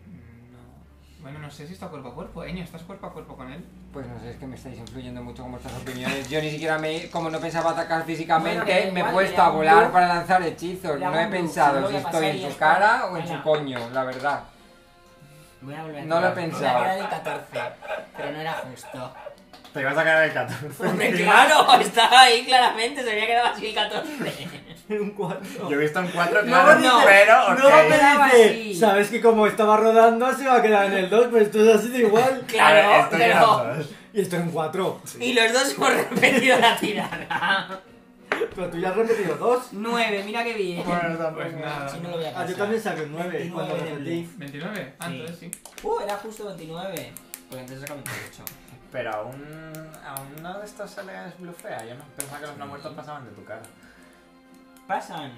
S4: Mm, No. Bueno, no sé si está cuerpo a cuerpo. Eño, ¿estás cuerpo a cuerpo con él?
S1: Pues no sé, es que me estáis influyendo mucho con vuestras opiniones. Yo ni siquiera me, como no pensaba atacar físicamente,
S2: Bueno, pero
S1: me he
S2: igual,
S1: puesto
S2: le
S1: a
S2: hago un
S1: volar
S2: bus.
S1: para lanzar hechizos.
S2: Le hago
S1: No he
S2: un bus, y
S1: pensado
S2: luego
S1: si
S2: ya pasa
S1: estoy
S2: y
S1: en
S2: ya
S1: su
S2: está.
S1: cara o en
S2: Ala.
S1: su coño, la verdad.
S2: Voy a volver a
S1: No lo he
S2: tirar.
S1: pensado.
S2: Era del 14, pero no era justo.
S3: Te ibas a caer el 14.
S2: Hombre, claro, (laughs) estaba ahí claramente, se había quedado así el 14.
S6: En
S2: (laughs)
S6: un cuarto.
S3: Yo he visto un 4
S6: No,
S3: claro,
S6: no,
S3: pero ok.
S6: No,
S2: Quedaba
S6: pero
S2: así.
S6: dice,
S5: Pues
S6: sabes que como estaba rodando se va a quedar en el 2, pero esto es así de igual.
S3: A ver,
S2: Claro,
S3: estoy en
S2: pero
S3: las dos.
S5: Y esto es un 4.
S2: Y los dos hemos repetido la tirada.
S5: Pero tú ya has repetido dos.
S2: 9, mira qué bien.
S3: Bueno,
S4: Pues nada.
S2: Si no lo voy a
S5: Ah, yo
S2: pasar.
S5: también saqué un 9 cuando
S2: 29 de
S5: repetí.
S4: 29. Ah,
S2: Sí.
S4: entonces sí.
S2: Uh, era justo 29. Pues entonces saca 28.
S3: Pero aún, aún no de estos se les blufea. Yo no pensaba que los no muertos pasaban de tu cara.
S2: Pasan.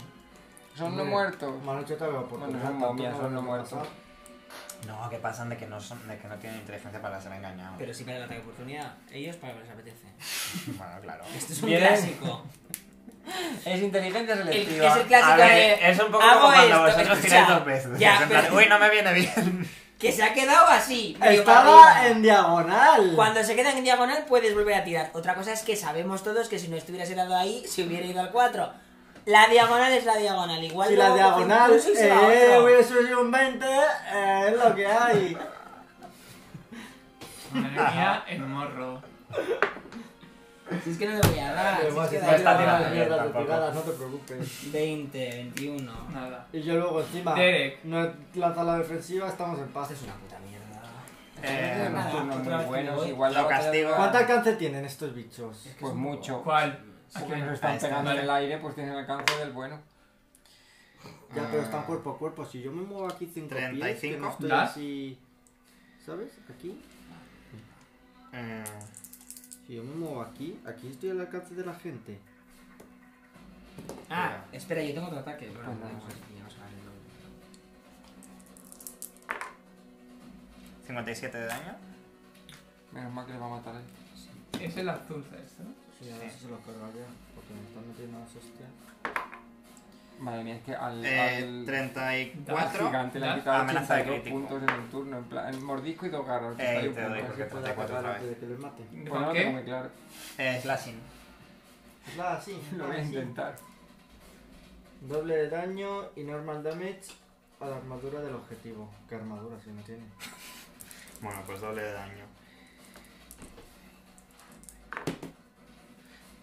S1: Son no
S5: Hombre.
S1: muertos.
S5: Mano, yo te había oportunidad.
S1: Bueno, son momias,
S5: tanto no
S1: son no
S5: me
S1: muertos.
S5: pasa.
S3: No, que pasan de que no, son, de que no tienen inteligencia para ser engañados.
S2: Pero si para el ataque de oportunidad, ellos para lo que les apetece.
S3: Bueno, claro.
S2: Esto es un
S1: Bien.
S2: clásico.
S1: Es inteligencia
S2: El-
S1: selectiva.
S2: es el clásico
S3: A ver,
S2: de.
S3: es un poco
S2: hago
S3: como cuando
S2: esto,
S3: vosotros
S2: escucha,
S3: tiráis dos veces.
S2: ya,
S3: Es (laughs) en plan,
S2: pero-
S3: Uy, no me viene
S2: (laughs)
S3: bien.
S2: Que se ha quedado así. medio para
S5: Estaba
S2: arriba.
S5: en diagonal.
S2: Cuando se quedan en diagonal puedes volver a tirar. Otra cosa es que sabemos todos que si no estuvieras helado ahí, se hubiera ido al 4. La diagonal es la diagonal. Igual
S5: Si
S2: luego
S5: la
S2: coge
S5: diagonal
S2: impulso y se va a
S5: eh,
S2: otro.
S5: hubiese sido un 20, eh, es lo
S6: (laughs)
S5: que hay.
S4: Madre mía, el morro.
S5: eh.
S2: Si es que no le voy a
S5: Ah,
S2: dar. si es que
S3: no está
S2: da igual.
S3: tirando. bien tampoco.
S5: no te preocupes.
S2: 20, 21.
S4: Nada.
S5: Y yo luego encima,
S4: Derek.
S5: no lanza la defensiva, estamos en paz.
S2: Es una puta mierda.
S1: Eh,
S3: Eh,
S1: unos turnos
S2: otra
S1: muy
S2: vez me
S1: buenos.
S2: voy.
S1: Igual la
S3: Lo
S1: batalla
S3: castigo.
S1: dura-
S5: ¿Cuánto alcance tienen estos bichos?
S1: Pues mucho.
S4: ¿Cuál?
S1: Si
S4: Aquí.
S1: nos están
S3: Ahí está.
S1: pegando en el
S4: Vale.
S1: aire, pues tienen el alcance del bueno.
S5: Ya, pero están cuerpo a cuerpo. Si yo me muevo aquí 5 pies, que
S3: 35.
S5: no estoy
S4: ¿Das?
S5: así... ¿Sabes? Aquí.
S3: eh,
S5: Si yo me muevo aquí, aquí estoy al alcance de la gente.
S2: Ah, espera, yo tengo otro ataque. Bueno,
S1: Pues nada.
S2: pues ya no se va a ir.
S3: 57 de daño.
S1: Menos mal que le va a matar él.
S4: Es el azul, ¿sabes?
S5: Sí, ahora sí se lo carga ya, porque me están metiendo las hostias.
S1: Madre mía, es que al,
S3: Eh,
S1: al- al
S3: 34.
S1: gigante le han
S4: das
S1: quitado
S3: amenaza de
S1: 82
S3: crítico.
S1: puntos en un turno. En plan, el mordisco y dos garras.
S3: Eh,
S1: 81
S3: te doy.
S1: puntos.
S5: Así
S3: porque
S5: puede
S3: 34
S5: acabar
S3: otra
S5: antes de que les (laughs) maten.
S1: Bueno, Pues no
S4: ¿Por
S1: lo tengo muy
S4: qué?
S1: claro. (laughs)
S3: Eh, slashing.
S5: Pues nada, (laughs) así.
S1: Lo voy
S2: Ah,
S5: nada,
S1: a
S5: así.
S1: intentar.
S5: Doble de daño y normal damage a la armadura del objetivo. ¿Qué armadura si no tiene?
S3: Bueno, pues doble de daño.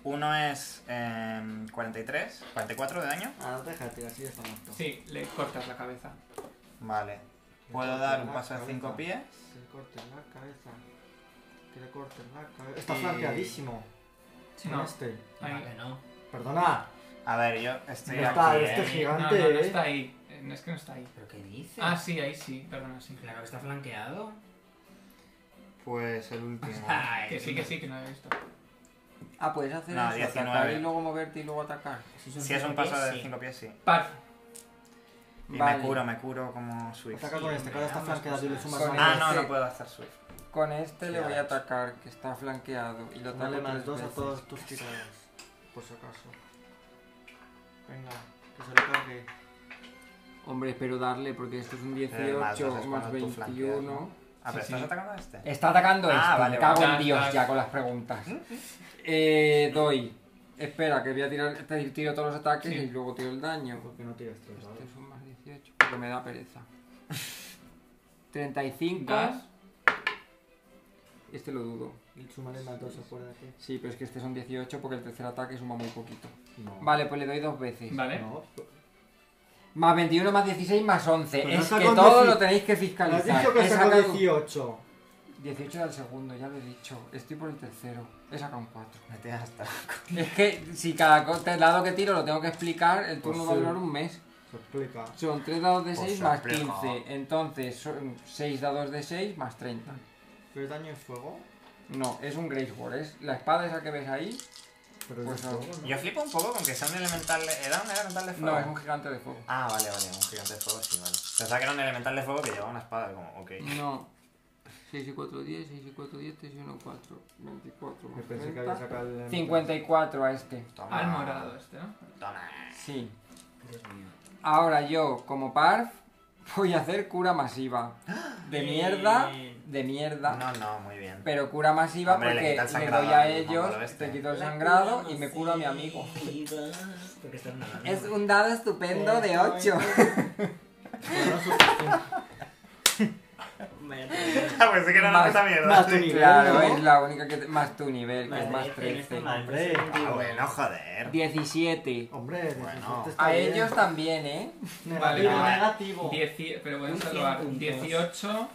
S3: Uno es em, 43, 44 de daño.
S5: Ah, deja de tirar, así ya está muerto.
S4: Sí, le cortas la cabeza.
S3: Vale.
S5: Que le
S3: Puedo
S5: corten
S3: dar un
S5: la
S3: paso de
S5: cabeza.
S3: 5 pies.
S5: Que le corten la cabeza. Que le corten la cabeza. Está
S3: Y-
S5: flanqueadísimo. Con
S4: No.
S5: este.
S4: Ahí.
S2: Vale, no.
S5: Perdona.
S3: A ver, yo estoy
S5: No está,
S3: aquí.
S5: este
S3: ¿eh?
S4: No, no,
S5: gigante,
S4: no
S5: eh.
S4: está ahí. Eh, No es que no está ahí.
S2: ¿Pero qué dices?
S4: Ah, sí, ahí sí, perdona, sí.
S2: Claro que está flanqueado.
S3: Pues el (laughs) último.
S2: Ay,
S4: Que sí, que sí, que no lo he visto.
S1: Ah, puedes hacer
S3: No,
S1: eso,
S3: 19.
S1: atacar y luego moverte y luego atacar.
S2: son
S3: Si es un
S2: cinco
S3: paso
S2: pies,
S3: de
S2: sí.
S3: 5 pies, sí.
S4: Par.
S3: Y
S1: Vale.
S3: me curo, me curo como Swift.
S5: Ataca con este, que ahora está
S2: Hombre,
S5: flanqueado y le
S2: ambas
S5: sumas
S1: cosas.
S5: más.
S3: Ah, no,
S1: Sí.
S3: no puedo hacer Swift.
S1: Con este le voy a
S3: Claro.
S1: atacar, que está flanqueado. Y lo ataco
S5: Dale más
S1: tres
S5: dos a
S1: veces.
S5: todos tus tiradas. Por si acaso. Venga, que se lo cargue.
S1: Hombre, espero darle, porque esto es un
S3: Pero más dos
S1: 18
S3: es
S1: más
S3: cuando tú flanqueas,
S1: 21.
S3: ¿no? Ah, pero
S4: Sí,
S3: estás
S4: sí.
S3: atacando a este.
S1: Está atacando
S3: Ah,
S1: este,
S3: vale,
S1: me cago
S4: vale.
S1: en
S4: Ya,
S1: Dios
S4: ya.
S1: ya con las preguntas. (laughs) Eh, doy. Espera, que voy a tirar, te tiro todos los ataques
S4: Sí.
S1: y luego tiro el daño.
S5: Porque no tiras tres,
S1: Este
S5: ¿vale?
S1: es un más 18, porque me da
S3: (laughs)
S1: pereza. 35.
S4: Das.
S1: Este lo dudo.
S5: Y súmale más dos, acuérdate.
S1: Sí, pero es que este son 18 porque el tercer ataque suma muy poquito.
S5: No.
S1: Vale, pues le doy dos veces.
S4: Vale.
S5: No,
S1: Más 21, más 16, más 11.
S5: Pero
S1: es
S5: Pues no
S1: que
S5: saco
S1: todo
S5: 10.
S1: lo tenéis que
S5: has
S1: fiscalizar.
S5: dicho que
S1: He
S5: sacó
S1: sacado
S5: 18.
S1: 18 del segundo, ya lo he dicho. Estoy por el tercero. He sacado un 4.
S3: Me tienes hasta.
S1: Es que si cada co- te- dado que tiro lo tengo que explicar, el turno
S5: Pues
S1: va a
S5: sí.
S1: durar un mes.
S5: Se explica.
S1: Son 3 dados de
S3: Pues
S1: 6
S3: se
S1: más
S3: explica.
S1: 15. Entonces son 6 dados de 6 más 30.
S5: ¿Pero es daño en fuego?
S1: No, es un Grace War. Es la espada esa que ves ahí.
S5: Pero es
S1: Pues
S5: de
S1: no.
S5: fuego, ¿no?
S3: Yo flipo un poco con que sea un elemental. ¿Era un elemental de fuego?
S1: No, es un gigante de fuego.
S3: Ah, vale, vale, un gigante de fuego, sí, vale. Pensaba que era un elemental de fuego que llevaba una espada, como, ok.
S1: No. 6 y 4, 10, 6 y 4, 10, 3 y 1, 4, 24
S5: Yo
S1: más
S5: pensé que había
S1: 30.
S5: sacado el...
S1: 54 a este.
S3: Toma.
S4: Al morado este, ¿no?
S3: Toma.
S1: Sí.
S2: Dios mío.
S1: Ahora yo, como parf, voy a hacer cura masiva. De
S2: Bien.
S1: mierda, de mierda.
S3: No, no, muy bien.
S1: Pero cura masiva
S3: Hombre, le quita el
S1: porque le,
S3: sangrado
S1: doy a
S3: al
S1: ellos,
S3: mongol este.
S1: te quito el
S2: La
S1: sangrado
S2: cura
S1: y me curo a mi amigo.
S2: masiva. Porque esto es una
S1: Es
S2: mierda.
S1: un dado estupendo de 8.
S5: Bueno, este, suficiente.
S2: Vaya mierda.
S3: (laughs) Ah, pues sí que era una
S1: Más-
S3: puta mierda.
S5: Más tu
S1: (laughs)
S5: nivel,
S1: Claro,
S5: ¿no?
S1: es la única que... te- Más tu nivel, que es
S2: Madre,
S1: más
S2: en
S1: 13.
S2: este mal,
S5: Hombre.
S2: pues,
S3: Ah,
S2: digo,
S3: bueno, joder.
S1: 17.
S5: Hombre, de
S3: Bueno.
S5: suficiente está
S1: A
S5: bien.
S1: ellos también, ¿eh?
S5: Negativo,
S4: Vale,
S3: vale.
S1: Oh.
S5: negativo.
S4: Dieci- pero pueden
S2: Un cien
S4: salvar
S2: puntos.
S4: 18,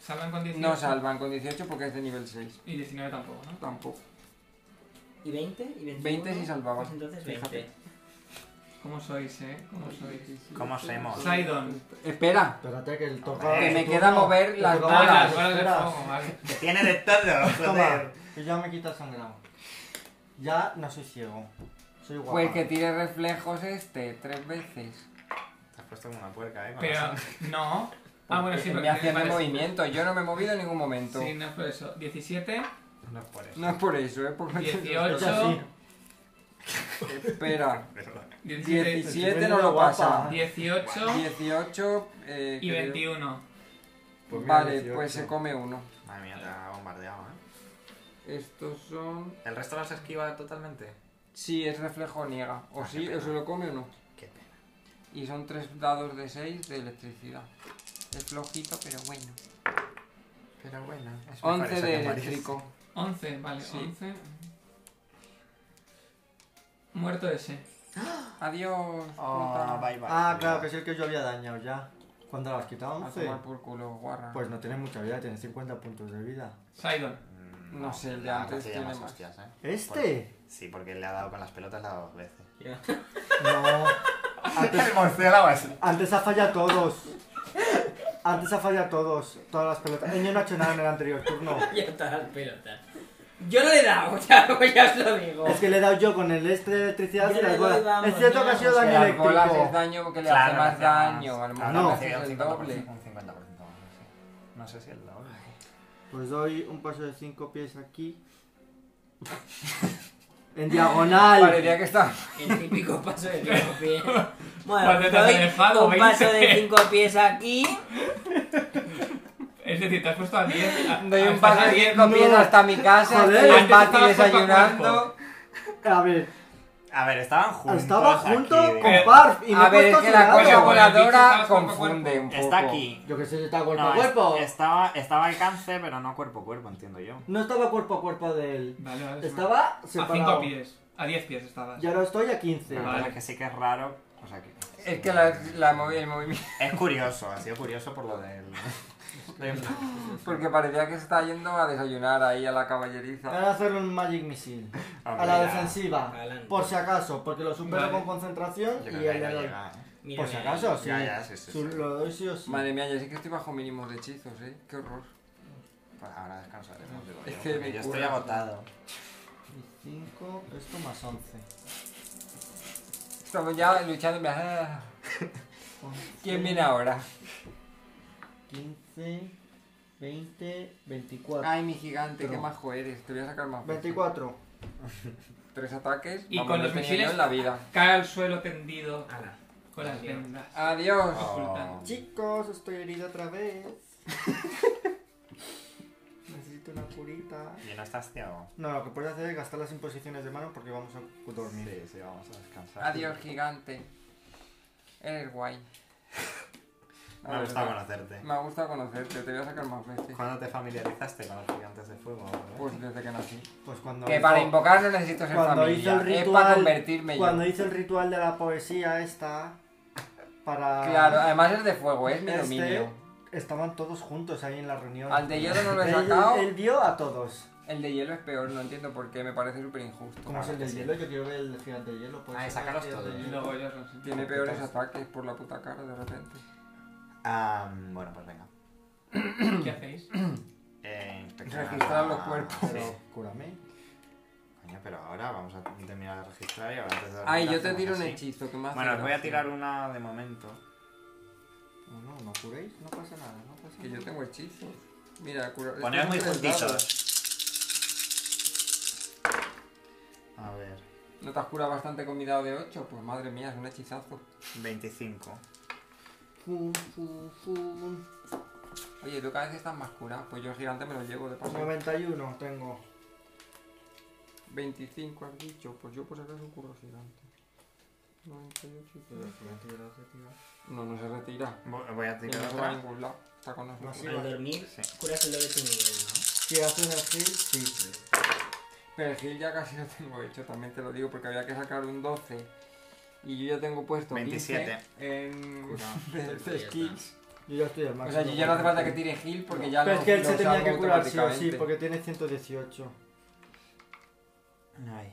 S4: Salvan con 18.
S1: No salvan con 18 porque es de nivel 6.
S4: Y 19 tampoco, ¿no?
S1: Tampoco.
S2: ¿Y 20? ¿Y 21?
S1: 20 sí salvaban.
S2: Pues entonces 20.
S1: Fíjate.
S4: ¿Cómo sois, eh? ¿Cómo sois?
S3: ¿Cómo hacemos?
S4: Saidon.
S1: Espera,
S5: Espérate que el toca.
S1: que
S3: Eh,
S1: me
S5: tú
S1: queda
S5: no.
S1: mover
S5: Te
S1: las
S5: tocaba
S4: Ah,
S1: balas.
S4: las balas de
S5: espera.
S2: (laughs)
S4: fuego, vale.
S3: Que tiene de todo,
S5: (laughs) Toma,
S3: joder.
S5: que ya me quita sangrado. Ya no soy ciego. Soy guapa.
S1: Pues que tire reflejos este tres veces.
S3: Te has puesto como una puerca, eh. con
S4: Pero,
S3: la-
S4: no. Ah, bueno, sí,
S1: Porque
S4: pero
S1: Eh, me hacían de
S4: vale, sí.
S1: movimiento, yo no me he movido en ningún momento.
S4: Sí, no es por eso. 17,
S3: No es por eso.
S1: No es por eso, es por
S4: 18.
S5: Es así.
S4: (laughs)
S1: Espera,
S3: Pero-
S4: 17,
S1: 17 no lo pasa.
S4: 18
S1: 18 eh,
S4: y
S1: creo-
S4: 21.
S6: Pues mira,
S1: Vale,
S6: 18.
S1: pues se come uno.
S3: Madre mía, te ha bombardeado, eh.
S1: Estos son.
S3: ¿El resto las esquiva totalmente?
S1: Sí, es reflejo niega. O
S3: Ah, qué
S1: sí,
S3: pena.
S1: o se lo come o no.
S3: Qué pena.
S1: Y son tres dados de 6 de electricidad. Es flojito, pero bueno.
S3: Pero bueno. es mejor
S1: 11
S3: eso
S1: de
S3: que morir.
S1: eléctrico.
S4: 11, vale,
S1: Sí.
S4: 11. Muerto ese.
S1: Adiós.
S3: (laughs) Oh,
S1: puta.
S3: bye bye.
S5: Ah, claro, que es el que yo había dañado ya. Cuando lo has quitado
S1: A
S5: 11,
S1: tomar por culo, guarra.
S5: pues no tienes mucha vida, tienes 50 puntos de vida.
S4: Saidon.
S3: Mm,
S1: No sé, el de
S3: la
S1: antes
S3: noche ya
S1: tiene más.
S3: hostias, eh.
S5: ¿Este?
S3: Sí, porque le ha dado con las pelotas, le ha dado dos veces.
S2: Ya.
S5: No. Antes,
S3: El murciélago es.
S5: antes ha fallado todos. Antes ha fallado todos. Todas las pelotas. Yo no ha hecho nada en el anterior turno.
S2: Ya está las pelotas. Yo no le he dado, (laughs) ya, pues ya os lo digo.
S5: Es que le he dado yo con el este de electricidad
S2: Ya
S5: y
S2: le
S5: las
S2: doy,
S5: bolas.
S2: vamos,
S5: es cierto
S2: ya,
S5: que ha sido
S2: pues,
S1: Que
S5: daño
S1: las bolas es
S5: eléctrico.
S1: daño porque le
S3: Claro,
S1: hace
S3: le
S1: más
S3: hace más.
S1: daño. A lo mejor
S3: Claro,
S5: No.
S1: le
S3: le
S1: hace
S3: hacía un
S1: el
S3: 50%,
S1: doble.
S3: Un 50% más, sí. No sé si el doble.
S5: Pues doy un paso de 5 pies aquí. en diagonal.
S1: Parecía que estaba.
S2: El típico paso de cinco pies. Bueno,
S4: Cuando te has
S2: doy
S4: alejado,
S2: un
S4: 20.
S2: paso de cinco pies aquí.
S4: Es decir, te has puesto a 10. a-
S1: Doy
S4: a-
S1: un
S4: estás
S1: paso
S4: a
S1: de
S4: 10.
S1: 5 pies hasta mi casa,
S5: Joder,
S1: estoy en
S4: antes
S1: patio
S4: estabas cuerpo a
S1: desayunando.
S5: A ver,
S3: A ver, estaban juntos.
S5: estaba
S3: aquí, Eh,
S5: junto
S3: digamos.
S5: con Parf y me
S1: A
S5: he
S1: ver, es
S5: puesto
S1: que
S5: de
S1: la
S5: lado.
S1: cosa
S4: Bueno, el bicho
S1: voladora
S4: estabas cuerpo a
S1: confunde un poco.
S3: Está aquí.
S5: Yo que sé, yo estaba cuerpo
S3: No,
S5: a
S3: es-
S5: cuerpo.
S3: estaba, estaba al cáncer, pero no cuerpo a cuerpo, entiendo yo.
S5: No estaba cuerpo a cuerpo de él.
S4: Vale, vale. sí.
S5: Estaba
S4: a
S5: separado.
S4: 5 pies. A 10 pies estabas.
S5: Y ahora estoy a 15.
S3: La
S4: Vale.
S3: verdad es que sí que es raro. O sea, que,
S1: Es que la, la movi- el movimiento. (laughs)
S3: Es curioso, ha sido curioso por lo del. (laughs)
S1: Porque parecía que se estaba yendo a desayunar ahí a la caballeriza.
S5: Ahora hacer un Magic Missile. A
S3: Hombre,
S5: la
S3: ya.
S5: defensiva.
S2: Adelante.
S5: Por si acaso, porque lo supero
S4: Vale.
S5: con concentración
S3: Yo creo
S5: y
S3: que
S5: él
S3: ya
S5: le doy.
S3: llega, ¿eh?
S2: Mira,
S5: Por si
S2: mira.
S5: acaso, sí.
S3: Ya, ya, sí, sí,
S5: Su-
S3: sí.
S5: Lo doy sí o sí.
S1: Madre mía, ya sí que estoy bajo mínimos de hechizos, ¿eh? Qué horror.
S3: Pues ahora descansaremos. digo
S1: Es
S3: yo,
S1: que
S3: porque
S1: me
S3: yo
S1: cura.
S3: estoy agotado.
S5: 5, esto más 11.
S1: Estamos ya luchando. y me- ah. ¿Quién viene ahora?
S5: 15, 20, 24.
S3: Ah,
S1: Ay, mi gigante, qué majo eres. Te voy a sacar
S5: Ah,
S1: más. veces.
S5: 24.
S1: Tres ataques.
S4: Y
S1: vamos,
S4: con
S1: no
S4: los
S1: tenía
S4: misiles-
S1: yo en la vida.
S4: Cae al suelo tendido
S2: Ala.
S4: con las
S2: Adiós.
S4: vendas.
S1: Adiós.
S3: Oh.
S4: Disfruta.
S5: Chicos, estoy herido otra vez. (laughs) Necesito una curita.
S3: ¿Y no estás ciego?
S5: No, lo que puedes hacer es gastar las imposiciones de mano porque vamos a dormir.
S3: Sí, sí, vamos a
S5: Ah,
S3: descansar.
S1: Adiós, gigante. Eres
S5: (laughs)
S1: guay. La
S3: Me ha gustado
S1: verdad.
S3: conocerte.
S1: Me ha gustado conocerte, te voy a sacar más veces.
S3: ¿Cuándo te familiarizaste con los gigantes de fuego? eh?
S1: Pues desde que nací.
S5: Pues cuando
S1: Que
S5: hizo-
S1: para invocar no necesito ser
S5: cuando hizo
S1: familia,
S5: el
S1: es para
S5: ritual,
S1: convertirme
S5: cuando
S1: yo.
S5: hizo el ritual de la poesía esta para
S1: Claro, además es de fuego, ¿eh? es mi
S5: Este-
S1: dominio.
S5: estaban todos juntos ahí en la reunión.
S1: Al de hielo no
S5: (laughs)
S1: lo he
S5: Él-
S1: sacado.
S5: Él, vio a todos.
S1: El de hielo es peor, no entiendo por qué, me parece súper injusto.
S5: Como es el
S3: Claro
S5: del
S3: que sí.
S5: hielo, yo quiero ver el gigante de hielo. pues,
S3: Ah, y
S5: el
S3: sacaros
S5: gigante de
S3: todos.
S4: Y
S5: hielo.
S4: luego yo no sé.
S1: Tiene peores ataques por la puta cara de repente.
S5: Pues
S3: Ah, bueno, pues venga.
S4: ¿Qué hacéis?
S3: Eh, inspeccionar-
S1: Registrar los cuerpos.
S3: Sí.
S5: (laughs) Pero cúrame.
S3: Coño, pero ahora vamos a terminar de registrar y ahora antes de
S1: Ay,
S3: dormir
S1: yo te
S3: hacemos
S1: tiro un
S3: así.
S1: hechizo que me hace
S3: Bueno, os voy a
S1: gracia.
S3: tirar una de momento.
S5: No, no, no curéis, no pasa nada, no pasa
S1: Que yo
S5: nada.
S1: tengo hechizos. Mira, cura...
S3: Poned muy
S1: estos son tres dados.
S3: juntitos. A ver,
S1: ¿No te has curado bastante con mi dado de 8? Pues madre mía, es un hechizazo.
S3: 25.
S5: Fum, fum, fum.
S1: Oye, tú cada vez estás más curado. Pues yo el gigante me lo llevo de paso.
S5: 91 tengo.
S1: 25 has dicho, pues yo por si acaso curro gigante. 98 y todo. No, no se retira.
S3: Vo- Voy a
S1: Y no
S3: tirar
S1: se va a
S3: otra.
S1: ningún lado. Está con nosotros.
S5: Así
S2: Al
S5: va.
S2: dormir,
S3: Sí.
S2: curas el doble tu nivel, ¿no?
S5: Si haces así, sí.
S1: Pero el Gil ya casi lo tengo hecho, también te lo digo, porque había que sacar un 12. Y yo ya tengo puesto
S3: 27.
S1: 15 en (laughs)
S3: Curado.
S1: de- de skills.
S5: Yo ya estoy al máximo.
S1: O sea, yo ya no hace falta que tire heal porque ya
S5: Pero
S1: lo,
S5: es que él
S1: lo
S5: se tenía
S1: salvo
S5: que curar sí o sí,
S1: automáticamente.
S5: porque tiene 118.
S3: Ay.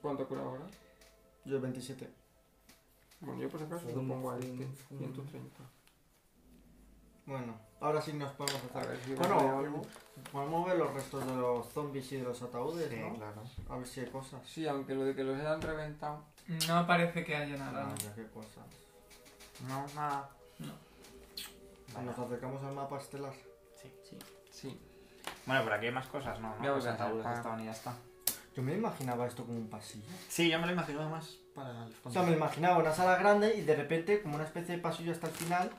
S1: ¿Cuánto cura ahora?
S5: Yo 27.
S1: Bueno, yo por si acaso lo
S2: Fum,
S1: pongo a
S2: fum,
S1: este,
S2: fum.
S1: 130.
S5: Bueno, ahora sí nos podemos
S1: A
S5: hacer.
S1: ver si
S5: Bueno,
S1: vale algo.
S5: Podemos ver los restos de los zombies y de los ataúdes,
S3: Sí,
S5: ¿no?
S3: claro.
S5: A ver si hay cosas.
S1: Sí, aunque lo de que los hayan reventado.
S4: No parece que haya nada.
S5: Ah, ya, qué cosas.
S3: No, nada.
S4: No.
S3: Vale.
S5: Nos acercamos al mapa estelar.
S1: Sí.
S3: Bueno, por aquí hay más cosas, ¿no?
S1: Voy a
S3: no Los
S1: volver a hacer
S3: ataúdes
S1: pack.
S3: estaban y ya está.
S5: Yo me imaginaba esto como un pasillo.
S3: Sí, yo me lo imaginaba más para el
S5: O
S3: fondo.
S5: sea, me imaginaba una sala grande y de repente como una especie de pasillo hasta el final.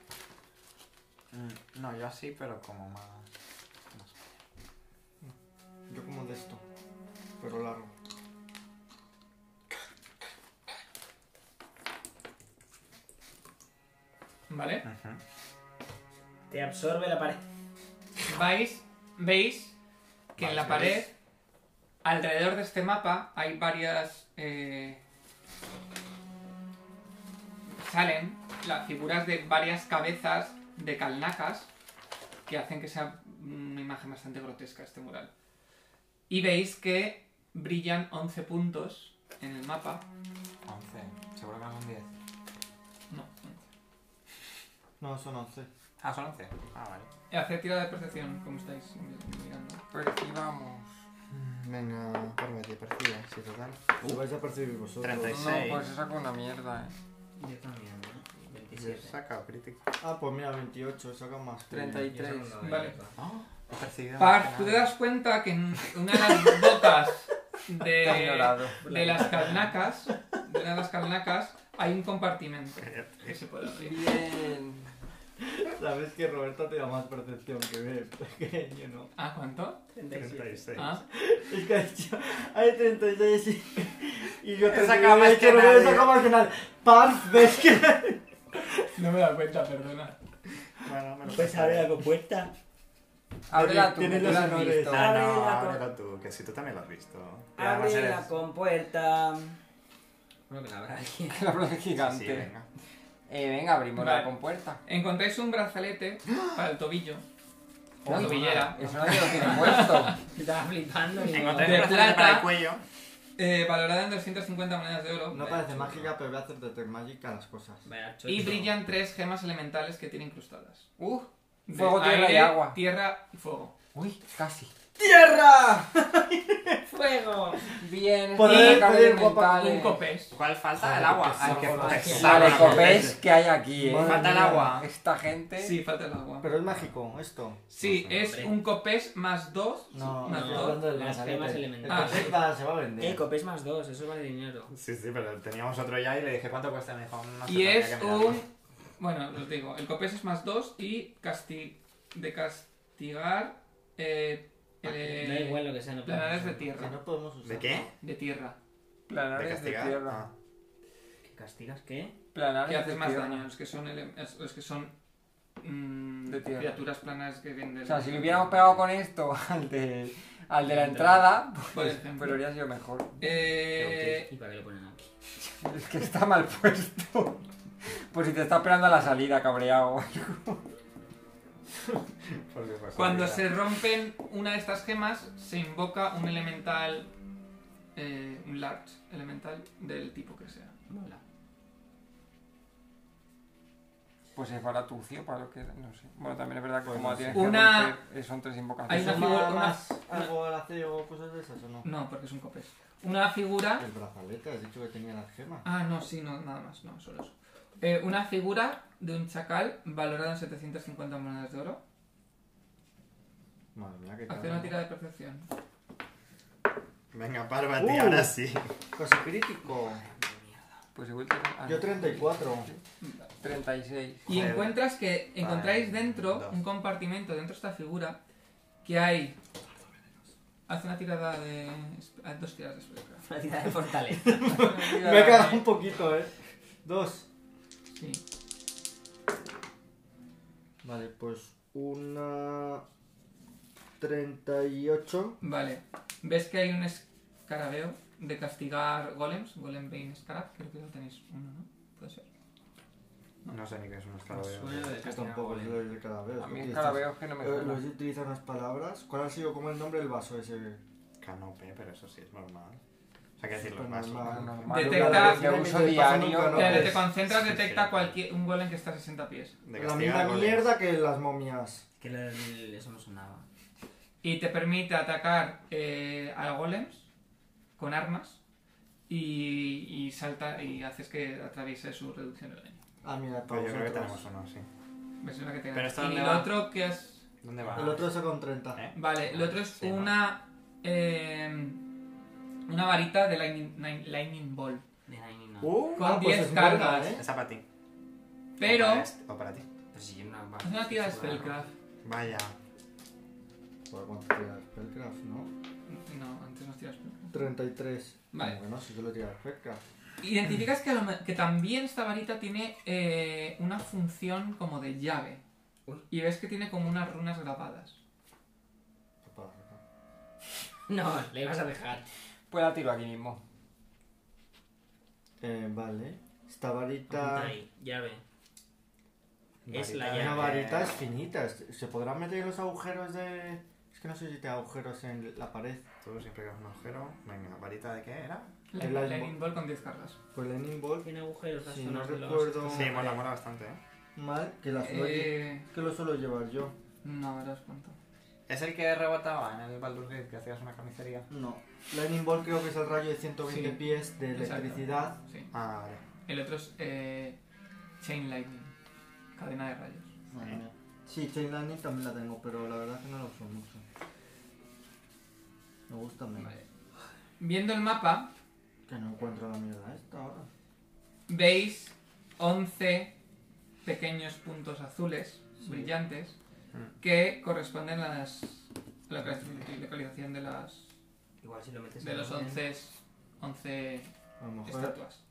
S3: Mm, No, yo así, pero como más...
S5: Yo como de esto. Pero largo.
S4: ¿Vale?
S3: Ujú.
S2: Te absorbe la pared.
S4: Vais, veis que en la pared, alrededor de este mapa, hay varias. eh, salen las figuras de varias cabezas de calnacas que hacen que sea una imagen bastante grotesca este mural. Y veis que brillan 11 puntos en el mapa.
S3: 11. Seguro que no son 10.
S4: No,
S5: No, son 11.
S3: Ah, son 11. Ah, vale.
S4: hace tirada Eh, de percepción, como estáis mirando.
S1: Percibamos.
S6: Venga, por te percibes, sí, total.
S5: Uh, Lo vais a percibir vosotros.
S3: 30.
S1: No,
S3: 16.
S1: pues se saca una mierda, eh.
S2: Yo también, ¿no?
S3: Yo
S2: 27.
S3: saca crítico.
S5: Ah, pues mira, 28. Saca más. que-
S1: 33.
S4: Vale.
S3: He percibido
S4: Par,
S3: más
S4: tú
S3: que
S4: te
S3: nada.
S4: das cuenta que en una de las botas de,
S1: Ignorado.
S4: de las calnacas, de una de las calnacas, hay un compartimento que se puede abrir.
S1: Bien.
S5: Sabes que Roberta te da más percepción que ve, (laughs) que yo no.
S4: ¿Ah, cuánto?
S3: 36.
S4: Ah,
S5: Es que ha dicho, hay 36 y, y yo
S3: He sacado más que
S5: Roberta
S3: nadie.
S5: saca más que nadie. Paz, ves que...
S4: no me da cuenta, perdona.
S3: Bueno, me lo
S2: Pues abre la compuerta.
S1: Ábrela tú,
S5: Tienes
S1: tú
S5: los
S1: la has
S5: honores.
S1: visto.
S3: No,
S2: Abre
S3: no,
S2: la co-
S3: ábrelo tú, que si tú también lo has visto. Y además
S2: Abre
S3: eres-
S2: la compuerta. Bueno, que la habrá alguien.
S1: (laughs) La broma
S3: Sí,
S1: gigante.
S3: sí, venga.
S1: Eh, venga, abrimos la
S4: Vale.
S1: compuerta.
S4: Encontráis un brazalete para el tobillo, una
S1: Uy,
S4: tobillera,
S1: Eso nadie lo tiene (laughs) puesto.
S2: Estaba flipando. y digo,
S3: Encontré
S4: De
S3: el brazalete para
S4: plata.
S3: el cuello.
S4: eh, valorada en 250 monedas de oro.
S5: (laughs) No parece mágica, pero voy a hacer detect magic a las cosas.
S2: Vaya chocho.
S4: Y brillan tres gemas elementales que tiene incrustadas.
S1: Uh,
S4: De
S1: Fuego, tierra y agua.
S4: Tierra y fuego.
S1: uy, casi.
S5: ¡Tierra!
S2: ¡Fuego!
S1: Bien,
S5: Poder
S1: saca
S5: pedir
S1: bien
S5: guapa-
S1: mentales.
S4: Un copés.
S3: ¿Cuál falta? El agua. Ay, qué
S2: joder.
S1: La
S3: pesado.
S1: de copés que hay aquí, eh.
S5: Madre
S3: Falta el
S5: mía.
S3: agua.
S1: Esta gente.
S4: Sí, falta el agua.
S5: Pero es mágico, esto.
S4: Sí,
S3: No sé,
S4: es
S2: hombre.
S4: un copés más dos.
S5: No,
S4: más
S5: estoy
S4: dos.
S5: hablando del
S2: Las
S5: brazalete.
S2: gemas
S5: El
S2: elementales.
S5: brazalete va- se va a vender.
S2: Eh, copés más dos, eso vale dinero.
S3: Sí, sí, pero teníamos otro ya y le dije cuánto cuesta. y Me dijo, no sé,
S4: Y
S3: tendría
S4: es
S3: que mirarlo".
S4: un. Bueno, os digo, el copés es más 2 y casti de castigar. Eh,
S1: Ah,
S4: el-
S2: Da igual lo que sea, no
S4: planares de
S2: podemos.
S5: Que
S4: tierra.
S5: no podemos usar.
S3: ¿De qué?
S4: De tierra.
S3: ¿De
S1: Planares de,
S3: castigar?
S5: Ah.
S3: Ah.
S1: tierra.
S2: ¿Castigas qué? (laughs)
S1: Planares
S4: Que haces
S1: de
S4: más
S1: tierra.
S4: daño, los que son. ele- es- Los que son mm,
S1: De tierra.
S4: criaturas planas que vienen del.
S1: O sea, si le hubiéramos pegado con esto (laughs) al de, al de la entrada,
S4: Por
S1: pues,
S4: ejemplo.
S1: pero habría sido mejor.
S4: Eh,
S2: ¿Y para qué lo ponen aquí?
S1: Es que está mal (laughs) puesto. Pues si te está esperando a la salida, cabreado.
S3: Porque fue
S4: cuando
S3: subida.
S4: se rompen una de estas gemas, se invoca un elemental. eh, un large elemental del tipo que sea.
S2: Mola.
S1: Pues es baratucio para lo que. No sé. Bueno, también es verdad que
S5: Pues
S1: como
S5: no
S1: la tienes
S4: sé.
S1: que
S4: Una-
S1: romper, eh, son tres
S4: Hay
S1: invocaciones.
S4: una
S5: ¿Suma
S4: figura- una-
S5: más
S4: una-
S5: algo al acero o cosas de esas o no?
S4: No, porque es un copés. Una figura.
S5: El brazalete, has dicho que tenía las gemas.
S4: Ah, no, sí, no, nada más, no, solo eso. Eh, una figura de un chacal valorada en 750 monedas de oro.
S5: Madre mía, qué
S4: Hacer una tira de percepción.
S3: Venga, Parvati,
S5: Uh.
S3: ahora sí.
S5: Cosa crítico.
S1: Pues igual te- ah,
S5: Yo
S1: no.
S5: 34.
S1: 36.
S4: Y
S3: Joder.
S4: encuentras que encontráis
S3: Vale,
S4: dentro
S3: dos.
S4: un compartimento dentro de esta figura que hay. Hace una tirada de. haz Dos tiradas de espectro.
S2: Una tira de fortaleza.
S5: (laughs) Me he cagado un poquito, eh. Dos.
S4: Sí.
S5: Vale, pues una... 38.
S4: Vale. ¿Ves que hay un escarabeo de castigar golems? Golem Bane Scarab, creo que lo tenéis uno, ¿no? Puede ser.
S6: No sé ni qué es un escalabeo.
S2: Suena de
S5: Yo tampoco sé lo del carabeo.
S1: A mí
S5: utilizas-
S1: escalabeos que no me
S5: eh, Los
S1: suena.
S5: utilizan las palabras. ¿Cuál ha sido como el nombre del vaso ese?
S6: Canope, pero eso sí es normal. O sea, que decir, los
S5: Supernormal.
S6: vasos.
S1: Normal,
S4: Detecta-
S1: de uso diario.
S5: Nunca, ¿no?
S4: Mira, te
S5: es-
S4: concentras,
S6: sí, sí.
S4: detecta cualquier, un golem que está a 60 pies.
S6: De ¿eh?
S5: La
S6: castigar
S5: misma
S6: goles.
S5: mierda que las momias.
S2: (laughs) Que lo del- eso no sonaba.
S4: Y te permite atacar eh, a golems con armas y, y salta y haces que atraviese su reducción de daño.
S5: Ah, mira,
S6: Pero Pues yo
S3: Pues
S5: para
S6: creo que
S5: vosotros.
S6: tenemos uno, sí.
S4: Ves una que te
S6: Pero
S4: gana.
S6: ¿esto
S4: y
S6: dónde
S4: el
S6: va?
S4: otro que es...
S6: ¿Dónde va?
S5: El otro saca un 30.
S6: ¿Eh?
S4: Vale, el otro es
S6: Sí, ¿no?
S4: una... eh, una varita de lightning, nine- lightning Ball.
S2: De Lightning no.
S6: Uh,
S4: Con
S5: Ah, pues
S4: 10
S5: es buena,
S4: cargas.
S5: ¿eh?
S6: Esa para ti.
S4: Pero...
S6: O para este- O para ti.
S2: Pero si yo no.
S4: Es una tira de Spellcraft.
S6: Vaya.
S5: Joder, ¿cuánto tiras? Spellcraft, ¿no?
S4: No, antes no has tirado Spellcraft.
S5: 33.
S4: Vale.
S5: Bueno, si yo lo tiras Spellcraft.
S4: Identificas que, a lo me- que también esta varita tiene eh, una función como de llave.
S2: Uy.
S4: Y ves que tiene como unas runas grabadas.
S5: Papá.
S2: No, le ibas a dejar.
S1: Pues la tiro aquí mismo.
S5: Eh, vale. Esta varita.
S2: Apunta ahí, llave. Es la
S6: Varita de-
S5: Una
S2: llave.
S5: varita es finita. es- ¿Se podrán meter en los agujeros de.? Es que no sé si te agujeros en la pared.
S6: Tú siempre que hagas un agujero. Venga, ¿varita de qué era?
S4: La-
S5: El
S4: la
S5: Lightning
S4: Lightning Ball con 10 cargas.
S5: Pues Lightning Ball.
S2: Tiene agujeros las
S5: Si no
S2: zonas de los-
S5: recuerdo
S6: Sí, mola, mola bastante, ¿eh?
S5: mal, que la suelo,
S4: Eh,
S5: que lo suelo llevar yo.
S4: no verás cuánto.
S3: ¿Es el que rebotaba en el Baldur's Gate que hacías una carnicería?
S5: No. Lightning Ball creo que es el rayo de 120
S4: Sí.
S5: pies de
S4: Exacto.
S5: electricidad.
S4: Sí.
S6: Ah, vale.
S4: El otro es eh, Chain Lightning. Cadena de rayos.
S5: Madre mía. Sí, Chain Lightning también la tengo, pero la verdad es que no la uso mucho. Me gusta menos.
S4: Vale. Viendo el mapa,
S5: Que no encuentro la mierda esta ahora.
S4: veis 11 pequeños puntos azules brillantes
S6: Mm.
S4: que corresponden a, las, a la localiz- localización de, las,
S2: Igual si lo metes
S4: de
S2: en
S4: los
S2: el-
S4: 11, 11
S5: A lo mejor
S4: estatuas.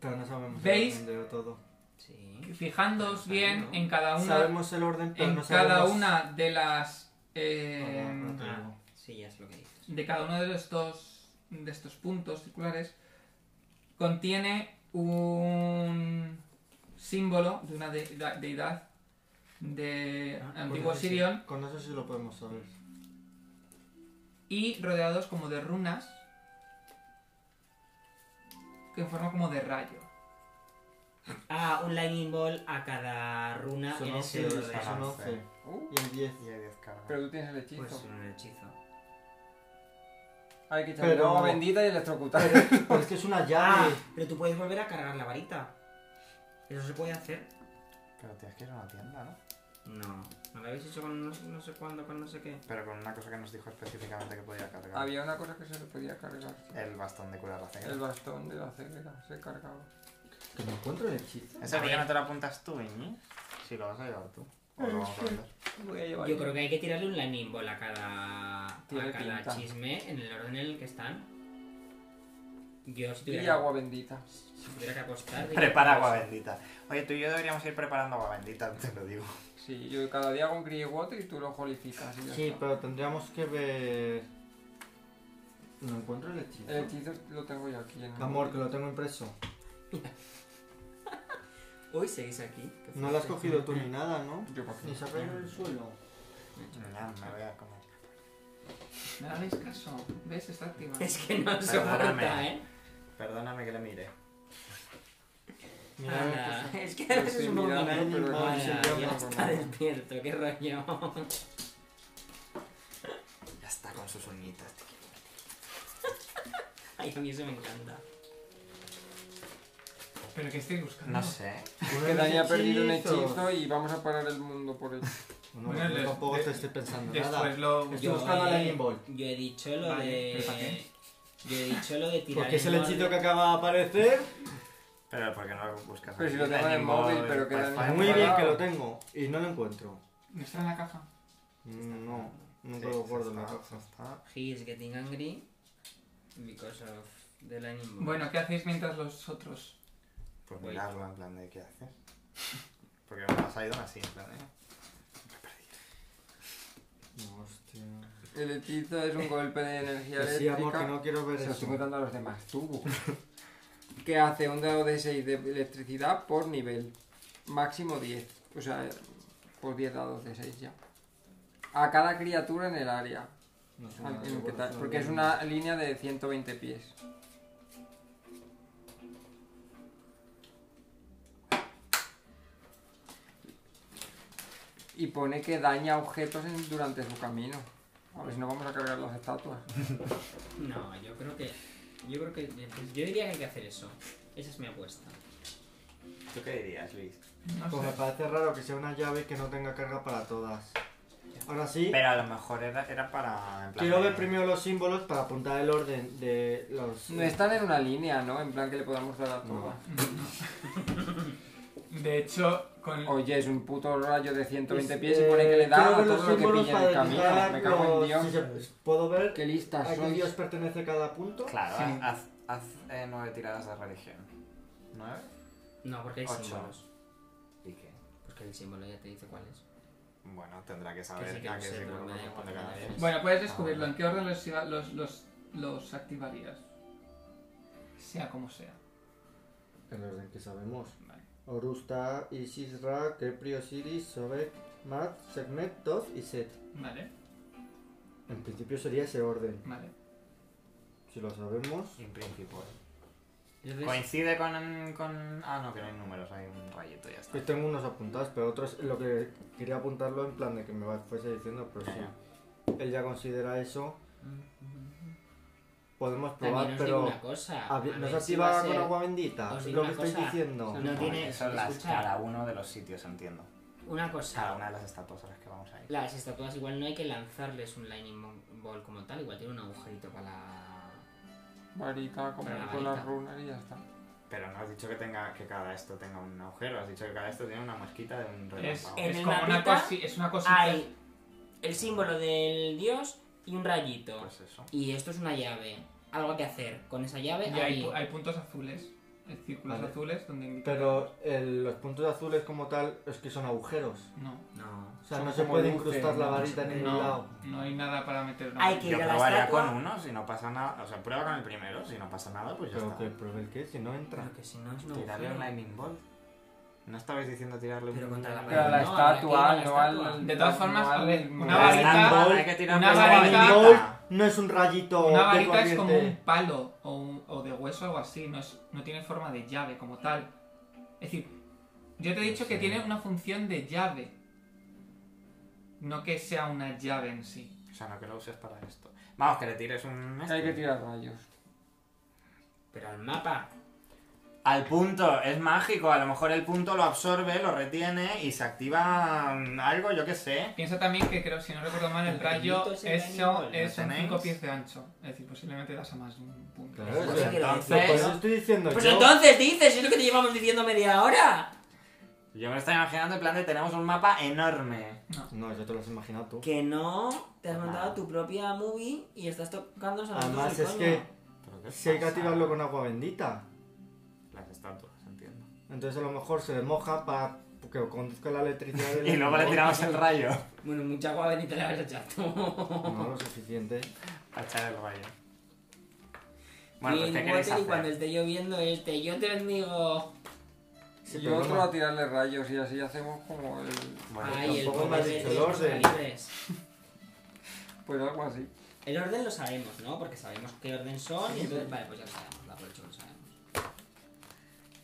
S5: pero no sabemos
S4: ¿Veis?
S5: el orden de todo.
S2: Sí.
S4: Fijándoos bien en cada una,
S5: Sabemos el orden, pero
S4: en
S5: no
S4: cada
S5: sabemos...
S4: una de las eh,
S5: No, no, no te
S2: Ah.
S5: digo.
S2: Sí, ya es lo que dices.
S4: de cada uno de estos de estos puntos circulares contiene un símbolo de una de- da- deidad de
S2: Ah,
S4: antiguo
S5: Con eso sí-
S4: Sirion
S5: Con eso sí lo podemos saber.
S4: y rodeados como de runas que en forma como de rayo.
S2: Ah, un lightning ball a cada runa
S5: Son
S2: Ah, en ese
S5: 11,
S2: orden.
S6: esa-
S5: son 11. Y el 10.
S6: Y hay 10 cargas.
S1: Uh, Pero tú tienes el hechizo.
S2: Pues un hechizo.
S1: Hay que echarle
S5: Pero-
S1: agua bendita y electrocutar.
S5: (laughs) Pero es que es una
S2: Ah,
S5: llave.
S2: pero tú puedes volver a cargar la varita. ¿Eso se puede hacer?
S6: Pero tienes que ir a una tienda, ¿no?
S2: No. ¿Me lo habéis hecho con no, sé- no sé cuándo, con no sé qué?
S6: Pero con una cosa que nos dijo específicamente que podía cargar.
S1: Había una cosa que se le podía cargar.
S6: El bastón de curar la ceguera.
S1: El bastón de la ceguera se cargaba.
S5: Que no encuentro el hechizo.
S6: ¿Ese por qué no te lo apuntas tú, Iñi? Si lo vas a llevar tú. O lo vamos a vender.
S1: Voy a llevar
S2: Yo creo que hay que tirarle un lightning ball a cada, a
S1: Tiene
S2: cada
S1: pinta.
S2: chisme en el orden en el que están. Yo si
S1: Y
S2: tuviera,
S1: agua bendita.
S2: si tuviera que apostar... diría
S6: Prepara
S2: que-
S6: agua bendita. Oye, tú y yo deberíamos ir preparando agua bendita, te lo digo.
S1: Sí, yo cada día hago un Grey Water y tú lo jolificas. y ya
S5: Sí,
S1: está.
S5: pero tendríamos que ver. No encuentro el hechizo.
S1: El hechizo lo tengo yo aquí en el-
S5: Amor, que lo tengo impreso.
S2: Uy, seguís aquí.
S5: No lo has cogido tú ni nada, ¿no?
S1: Yo por aquí.
S5: Ni se ha caído del suelo.
S6: Ya, me voy a comer.
S4: ¿Me hagáis caso? ¿Ves? Está activa.
S2: (laughs) Es que no soporta,
S6: Perdóname.
S2: ¿eh?
S6: Perdóname que le mire.
S5: Mira,
S2: Anda, (laughs)
S5: que
S2: Es que a veces
S1: estoy
S2: es un poco
S1: mirando,
S2: lightning
S5: pero no
S2: ball,
S5: sé
S2: ya,
S5: yo,
S2: ya
S5: no,
S2: está
S1: no.
S2: despierto, qué rollo. (laughs)
S6: Ya está con sus uñitas.
S2: Ay, a mí eso me encanta.
S4: ¿Pero qué estoy buscando?
S6: No sé.
S5: son-
S1: Que Dani ha
S5: Unos
S1: perdido un
S5: hechizos.
S1: hechizo y vamos a parar el mundo por él.
S5: Bueno,
S4: Bueno,
S5: yo
S4: les-
S5: tampoco
S4: de-
S5: te estoy pensando
S4: Después
S5: nada.
S4: lo...
S5: Estoy buscando a
S2: he-
S5: Lightning Ball.
S2: Yo he dicho lo
S4: Vale,
S2: de...
S4: ¿pero para qué?
S2: Yo he dicho lo de tirar
S5: Porque es el
S2: en
S5: hechizo
S2: orden.
S5: que acaba de aparecer.
S6: Pero ¿por qué no lo buscas?
S1: Pero
S6: aquí?
S1: si lo tengo en el
S6: Animal,
S1: móvil, pero queda en el
S6: Pathfinder.
S5: Muy bien que lo tengo. Y no lo encuentro.
S4: ¿No está en la caja?
S5: Mm, No,
S6: Sí,
S5: nunca lo guardo en la Ah,
S6: está,
S5: caja.
S6: está.
S2: He is getting angry because of the lightning ball.
S4: Bueno, ¿qué hacéis mientras los otros
S6: Pues
S2: Voy.
S6: mirarlo en plan de qué
S3: (laughs)
S6: haces. Porque me has ido así, en plan de.
S3: ¿eh?
S5: No, hostia.
S1: El hechizo es un golpe de energía
S5: Que Sí, amor,
S1: eléctrica.
S5: que no quiero ver
S1: Se lo
S5: eso.
S1: estoy contando a los demás. Tú. (laughs) que hace un dado de 6 de electricidad por nivel. Máximo 10. O sea, pues 10 dados de 6 ya. A cada criatura en el área.
S8: No sé
S1: al-
S8: nada,
S1: Ah, en
S8: yo
S1: que
S8: por
S1: tal,
S8: eso
S1: porque es
S8: no-
S1: una línea de 120 pies. Y pone que daña objetos en- durante su camino. A ver si no vamos a cargar las estatuas.
S2: No, yo creo que. Yo creo que. pues yo diría que hay que hacer eso. Esa es mi apuesta.
S3: ¿Tú qué dirías, Luis?
S4: No
S5: Pues me
S4: sé.
S5: parece raro que sea una llave que no tenga carga para todas. Ahora sí,
S3: Pero a lo mejor era, era para. en plan
S5: quiero
S3: de-
S5: ver primero los símbolos para apuntar el orden de los...
S1: No están en una línea, ¿no? En plan que le podamos dar a todas.
S4: De hecho, con...
S1: Oye, es un puto rayo de 120 pies y
S5: Eh,
S1: pone que le da
S5: quiero
S1: a
S5: ver
S1: todo
S5: los
S1: lo que
S5: símbolos
S1: pilla en el
S5: para
S1: camino.
S5: detectar
S1: Me cago en
S5: los-
S1: Dios.
S5: si se- pues, ¿Puedo ver
S1: Qué listas
S5: a qué
S1: sois.
S5: dios pertenece cada punto?
S3: Claro, haz, haz, eh, nueve tiradas de religión. ¿Nueve?
S2: No, porque hay
S3: Ocho.
S2: símbolos.
S3: ¿Y qué?
S2: Porque el símbolo ya te dice cuál es.
S3: Bueno, tendrá que
S2: Que
S3: saber
S2: sí, que
S3: a
S2: lo
S3: qué
S2: sé,
S3: se
S2: pero me da igual,
S3: corresponde
S2: me da
S3: cada
S2: igual.
S3: vez.
S4: Bueno, puedes descubrirlo. ¿En qué orden los, iba- los, los, los activarías? Sea como sea.
S5: En el orden que sabemos.
S4: Vale.
S5: Orusta, Isis, Ra, Kepri, Osiris, Sobek, Mat, Sekhmet, Toth y Set.
S4: Vale,
S5: En principio sería ese orden.
S4: vale.
S5: Si lo sabemos...
S3: En principio. eh.
S2: Entonces,
S3: Coincide con, con. Ah, no, que no hay números, hay un rayito y ya está.
S5: Yo tengo unos apuntados, pero otros lo que quería apuntarlo en plan de que me va- fuese diciendo, pero
S3: Ya,
S5: si él ya considera eso, podemos probar,
S2: también os digo
S5: pero
S2: una cosa.
S5: a
S2: a
S5: vi-
S2: ver
S5: nos
S2: si
S5: activa
S2: va a
S5: con
S2: ser-
S5: agua bendita,
S2: os digo
S5: lo que
S2: una
S5: estoy
S2: cosa,
S5: diciendo.
S2: No
S3: Bueno,
S2: tiene-
S3: que Son las
S2: escucha.
S3: cada uno de los sitios, entiendo.
S2: Una
S3: Cada
S2: cosa.
S3: una de las estatuas a las que vamos a ir.
S2: Las estatuas igual no hay que lanzarles un lightning bo- ball como tal, igual tiene un agujerito para la...
S1: Varita, como
S2: Pero la
S1: con las
S2: varita.
S1: runas y ya está.
S3: Pero no has dicho que tenga que cada esto tenga un agujero, has dicho que cada esto tiene una mosquita de un
S4: Es,
S3: relámpago.
S2: En
S4: es
S2: el
S4: como una,
S2: mapita
S4: cosi- es una cosita.
S2: Hay el símbolo del dios y un rayito.
S3: Pues eso.
S2: Y esto es una llave. Algo que hacer con esa llave.
S4: Y hay,
S2: ahí.
S4: pu- hay puntos azules. Hay círculos
S5: Vale.
S4: azules donde indica.
S5: Pero el- los puntos azules como tal es que son agujeros.
S4: No,
S2: No.
S5: O sea,
S1: Son
S5: no se
S1: como
S5: puede
S1: luces,
S5: incrustar la
S1: ¿no?
S5: varita en ningún lado.
S4: no, no hay nada para meter. una
S2: Hay
S4: mano.
S2: que
S3: Yo
S2: ir a la
S3: probaría
S2: estatua.
S3: con uno, si no pasa nada. O sea, prueba con el primero, si no pasa nada, pues ya
S5: Pero
S3: está.
S5: que pruebe el qué, si no entra.
S2: Pero que si no es un
S3: Tirarle un
S2: agujero.
S3: lightning bolt. ¿No estabais diciendo tirarle
S2: Pero
S3: un
S2: contra la
S1: Pero a la
S2: No,
S1: estatua,
S2: habrá que ir
S1: no
S2: a la estatua.
S1: al.
S4: De todas formas,
S1: no al-
S4: a ver,
S1: no
S4: una
S1: al-
S4: varita-
S3: Bolt, hay que tirar
S4: una
S3: con
S4: varita-
S3: lightning
S5: Lightning
S3: bolt.
S5: bolt no es un rayito
S4: Una
S5: de
S4: varita
S5: corriente.
S4: es como un palo o, un- o de hueso o algo así, no, es, no tiene forma de llave como tal. Es decir, yo te he dicho que tiene una función de llave, no que sea una llave en sí.
S3: O sea, no que lo uses para esto. Vamos, que le tires un. este.
S1: Hay que tirar rayos.
S2: Pero al mapa.
S3: Al punto, es mágico. A lo mejor el punto lo absorbe, lo retiene y se activa mm, algo, yo qué sé.
S4: Piensa también que creo, si no recuerdo mal, el
S2: El
S4: rayo
S2: pelito
S4: es,
S2: ese de
S4: son
S2: animal,
S3: ¿lo
S4: 5
S3: tenéis?
S4: pies de ancho. Es decir, posiblemente das a más de un punto.
S5: Claro,
S3: Pues
S5: es que-
S3: entonces-
S5: Por eso estoy diciendo
S2: Pues
S5: yo.
S2: entonces dices, es lo que te llevamos diciendo media hora.
S3: Yo me lo estoy imaginando en plan de tenemos un mapa enorme.
S5: No, yo te lo has imaginado tú.
S2: Que no te has
S3: Pues
S2: montado
S3: nada.
S2: tu propia movie y estás tocando
S5: Además es que
S3: ¿Pero qué
S5: si hay que
S3: pasa?
S5: activarlo con agua bendita.
S3: Las estatuas, entiendo.
S5: Entonces a lo mejor se le moja para que conduzca la electricidad.
S3: (laughs)
S5: del-
S3: Y luego le tiramos el rayo.
S2: Bueno, mucha agua bendita le habrás echado
S3: (laughs)
S2: tú.
S5: No lo suficiente.
S3: A echar el rayo. Bueno, pues
S2: Green
S3: ¿qué queréis
S2: water y cuando
S3: hacer?
S2: esté lloviendo este, yo te bendigo.
S5: Sí,
S1: y
S5: pero
S1: otro
S5: no.
S1: a tirarle rayos y así hacemos como el.
S3: Bueno,
S2: Ay, el
S5: tampoco me
S2: poder
S5: has
S2: de
S5: dicho el
S2: Dios,
S5: orden.
S2: libres.
S1: Pues algo así.
S2: El orden lo sabemos, ¿no? Porque sabemos qué orden son y entonces, vale, pues ya lo sabemos, la colchón lo sabemos.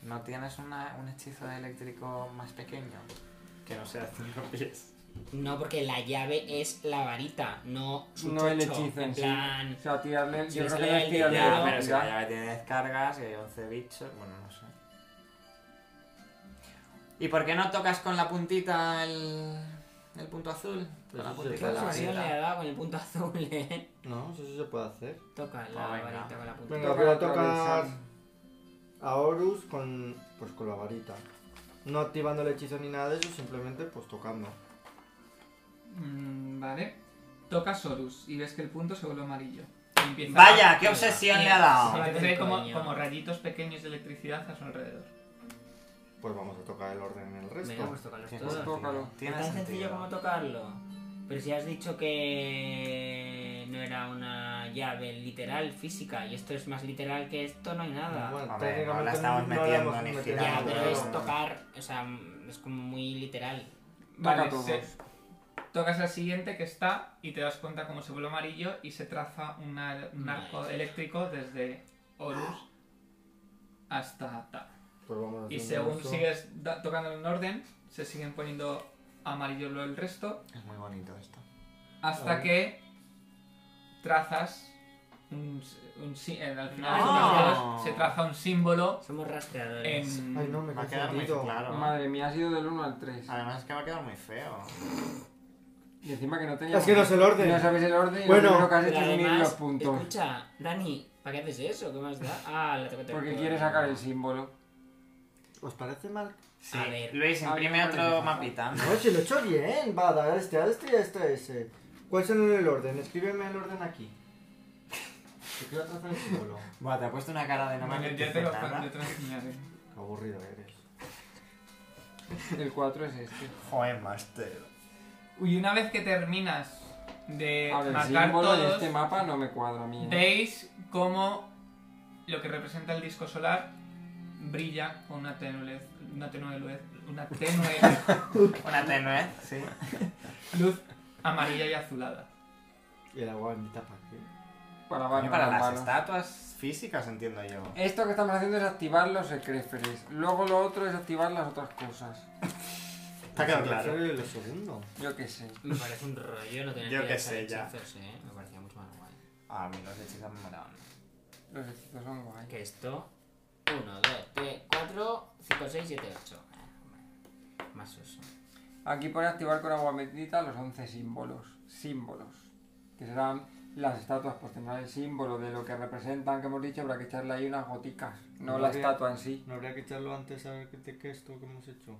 S3: ¿No tienes una- un hechizo de eléctrico más pequeño? Que no sea cinco (laughs) pies.
S2: No, porque la llave es la varita, no su
S1: No el
S2: chocho,
S1: hechizo en sí.
S2: plan...
S1: O sea, tirarle.
S2: Si
S1: Yo
S2: es
S1: creo que no
S2: la
S1: es tirarle. la
S2: electricidad,
S3: Ya, pero si la
S1: varita.
S3: llave tiene 10 cargas y hay 11 bichos, bueno, no sé. ¿Y por qué no tocas con la puntita el, el punto azul? Con la
S5: Eso
S3: puntita
S5: se
S3: de la
S2: Pues yo le
S3: varita.
S2: he dado con el punto azul, (laughs) ¿eh?
S5: No, eso sí se puede hacer.
S2: Toca la
S3: venga.
S2: varita con la punta.
S5: Venga, voy a
S1: otra
S5: tocar
S1: vez,
S5: a Horus con, pues, con la varita. No activando el hechizo ni nada de eso, simplemente pues tocando.
S4: Mm, vale. Tocas Horus y ves que el punto se vuelve amarillo. Y empieza
S3: Vaya, qué obsesión le ha
S4: Se
S3: dado.
S2: Sí.
S4: ve como,
S2: Coño.
S4: como rayitos pequeños de electricidad a su alrededor.
S5: Pues vamos a tocar el orden en el
S2: Venga,
S5: resto.
S2: pues tocarlos
S3: Tiene
S2: todos.
S1: sentido. Tócalo.
S3: Tiene
S2: tan
S3: sentido.
S2: sencillo como tocarlo. Pero si has dicho que no era una llave literal, física, y esto es más literal que esto, no hay nada.
S5: Bueno,
S3: A ver,
S5: técnicamente
S3: no la estamos metiendo
S5: hemos
S3: ni
S5: metido
S2: ya,
S3: girando,
S2: pero
S5: nada.
S3: claro.
S2: es tocar, o sea, mm, es como muy literal.
S1: Toca
S4: Vale,
S1: a todos.
S4: se- tocas la siguiente que está y te das cuenta cómo se vuelve amarillo y se traza una- un arco
S2: Vale.
S4: eléctrico desde Horus hasta Ta.
S6: Pues vamos
S4: Y
S6: haciendo
S4: según
S6: eso.
S4: sigues da- tocando en orden, se siguen poniendo amarillo luego el resto
S3: Es muy bonito esto.
S4: hasta
S6: Vale.
S4: que trazas un, s- un sí- en- al final de
S2: Ah.
S4: los dos se traza un símbolo
S2: Somos rastreadores.
S4: en
S5: Ay, no, me
S3: Va a
S5: he
S3: quedar muy
S5: confundido.
S3: claro.
S1: Madre mía, ha sido del 1 al 3.
S3: Además es que va a quedar muy feo.
S1: Y encima que no teníamos...
S5: Es que no es el orden.
S1: No sabes el orden y
S5: Bueno,
S1: lo primero que has
S2: Pero
S1: hecho es unir los
S2: además,
S1: puntos.
S2: escucha, Dani, ¿para qué haces eso? ¿Qué más da? Ah, la tengo que
S1: Porque quiere sacar el símbolo.
S5: ¿Os Pues parece mal?
S3: Sí.
S2: ver.
S3: Luis,
S1: A ver,
S3: imprime
S1: ¿cuál es
S3: otro
S1: esa?
S3: mapita.
S5: No, si lo he hecho bien. Va, dar este, dar este y este, ese. ¿Cuál son el orden? Escríbeme el orden aquí. Te quiero trazar el símbolo.
S3: Buah, te ha puesto una cara de no me
S4: Vale, ya
S3: apetece
S4: te lo-
S3: nada.
S4: ya te lo enseñaré.
S5: Qué aburrido eres.
S1: El 4 es este.
S3: Joder, master.
S4: Y una vez que terminas de
S1: A ver, el
S4: Eh, marcar
S1: símbolo de
S4: todos,
S1: este mapa no me cuadra a mí. ¿eh?
S4: veis cómo lo que representa el disco solar brilla con una tenue luz, una tenue luz, una tenue
S3: Una tenue, sí.
S4: luz amarilla y azulada.
S5: Y el agua bendita para qué.
S1: Para, barro,
S3: Coño, para
S1: para
S3: las
S1: barro.
S3: estatuas físicas, entiendo yo.
S1: Esto que estamos haciendo es activar los secreferes. Luego lo otro es activar las otras cosas.
S3: Está quedado
S5: Eso
S3: claro.
S5: es Pues, Lo segundo.
S1: Yo qué sé.
S2: Me parece un rollo no tener
S3: Yo
S2: que
S3: qué
S2: lanzar
S3: sé, ya.
S2: hechizos, eh. Me parecía mucho más guay.
S3: Ah, a mí los hechizos me molaban.
S1: Los hechizos son guay.
S2: Que esto. 1, 2, 3, 4, 5, 6, 7, 8. Ah, Más uso.
S1: Aquí pone activar con agua bendita los 11 símbolos. Símbolos. Que serán las estatuas, pues tendrán el símbolo de lo que representan, que hemos dicho, habrá que echarle ahí unas goticas. No la
S5: Muy bien.
S1: estatua en sí.
S5: ¿No habría que echarlo antes a ver qué, qué esto que hemos hecho?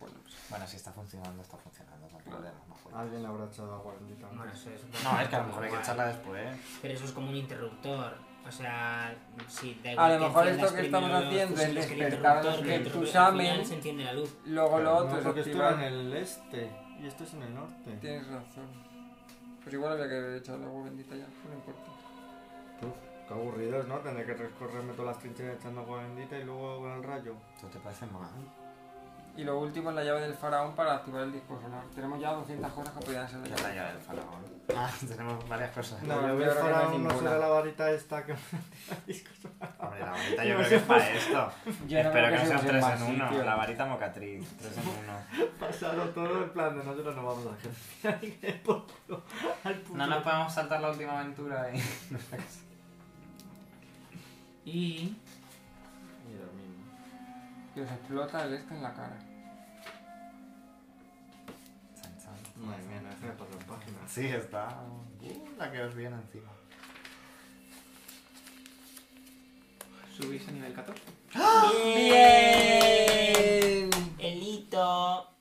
S1: Pues no sé.
S3: Bueno, si está funcionando, está funcionando, tampoco le demos más vueltas.
S5: Alguien le habrá echado agua bendita.
S2: Bueno, eso es un
S3: No, es que a lo mejor hay que
S2: guay.
S3: echarla después.
S2: Pero eso es como un interruptor. O sea, si da
S1: A lo
S2: que
S1: mejor
S2: enciendas
S1: esto que estamos
S2: primero los
S1: haciendo es
S2: fusiles que el
S1: despertar a los
S2: interruptor, el
S1: que
S2: interruptor,
S1: examen-
S2: al final se enciende la luz.
S1: Luego lo
S5: no,
S1: otro
S5: porque
S1: es
S5: esto era
S1: activar.
S5: en el este y esto es en el norte.
S1: Tienes razón. Pero igual habría que haber echado el agua bendita ya, no importa.
S5: Uf, qué aburridos, ¿no? Tendré que recorrerme todas las trincheras echando agua bendita y luego con el rayo.
S3: ¿Tú te parece mal?
S1: Y lo último es la llave del faraón para activar el disco solar. Tenemos ya 200 cosas que podrían ser la
S3: Ya
S1: llave.
S3: la llave del faraón. Ah, (laughs) tenemos varias cosas.
S1: No,
S5: No,
S1: yo creo
S5: la vez
S1: que no
S5: para
S1: hay
S5: no
S1: ninguna.
S5: será la varita esta que disco
S3: Hombre, la varita (laughs) yo creo que es para esto.
S1: Yo no creo
S3: Espero que no
S1: se
S3: sean
S1: use
S3: tres
S1: más
S3: en uno.
S1: sitio.
S3: La varita mocatriz, tres en uno.
S5: pasado todo en plan de nosotros no vamos a ejercitar y que poco al punto.
S3: No nos podemos saltar la última aventura (laughs) ahí.
S4: Y
S5: Mira, mismo.
S1: Que os explota el este en la cara.
S3: Chan, chan.
S5: Madre mía, no deja de pasar páginas.
S3: Sí, está. uh, la que os viene encima.
S4: subís a nivel 14.
S2: ¡Bien! El hito.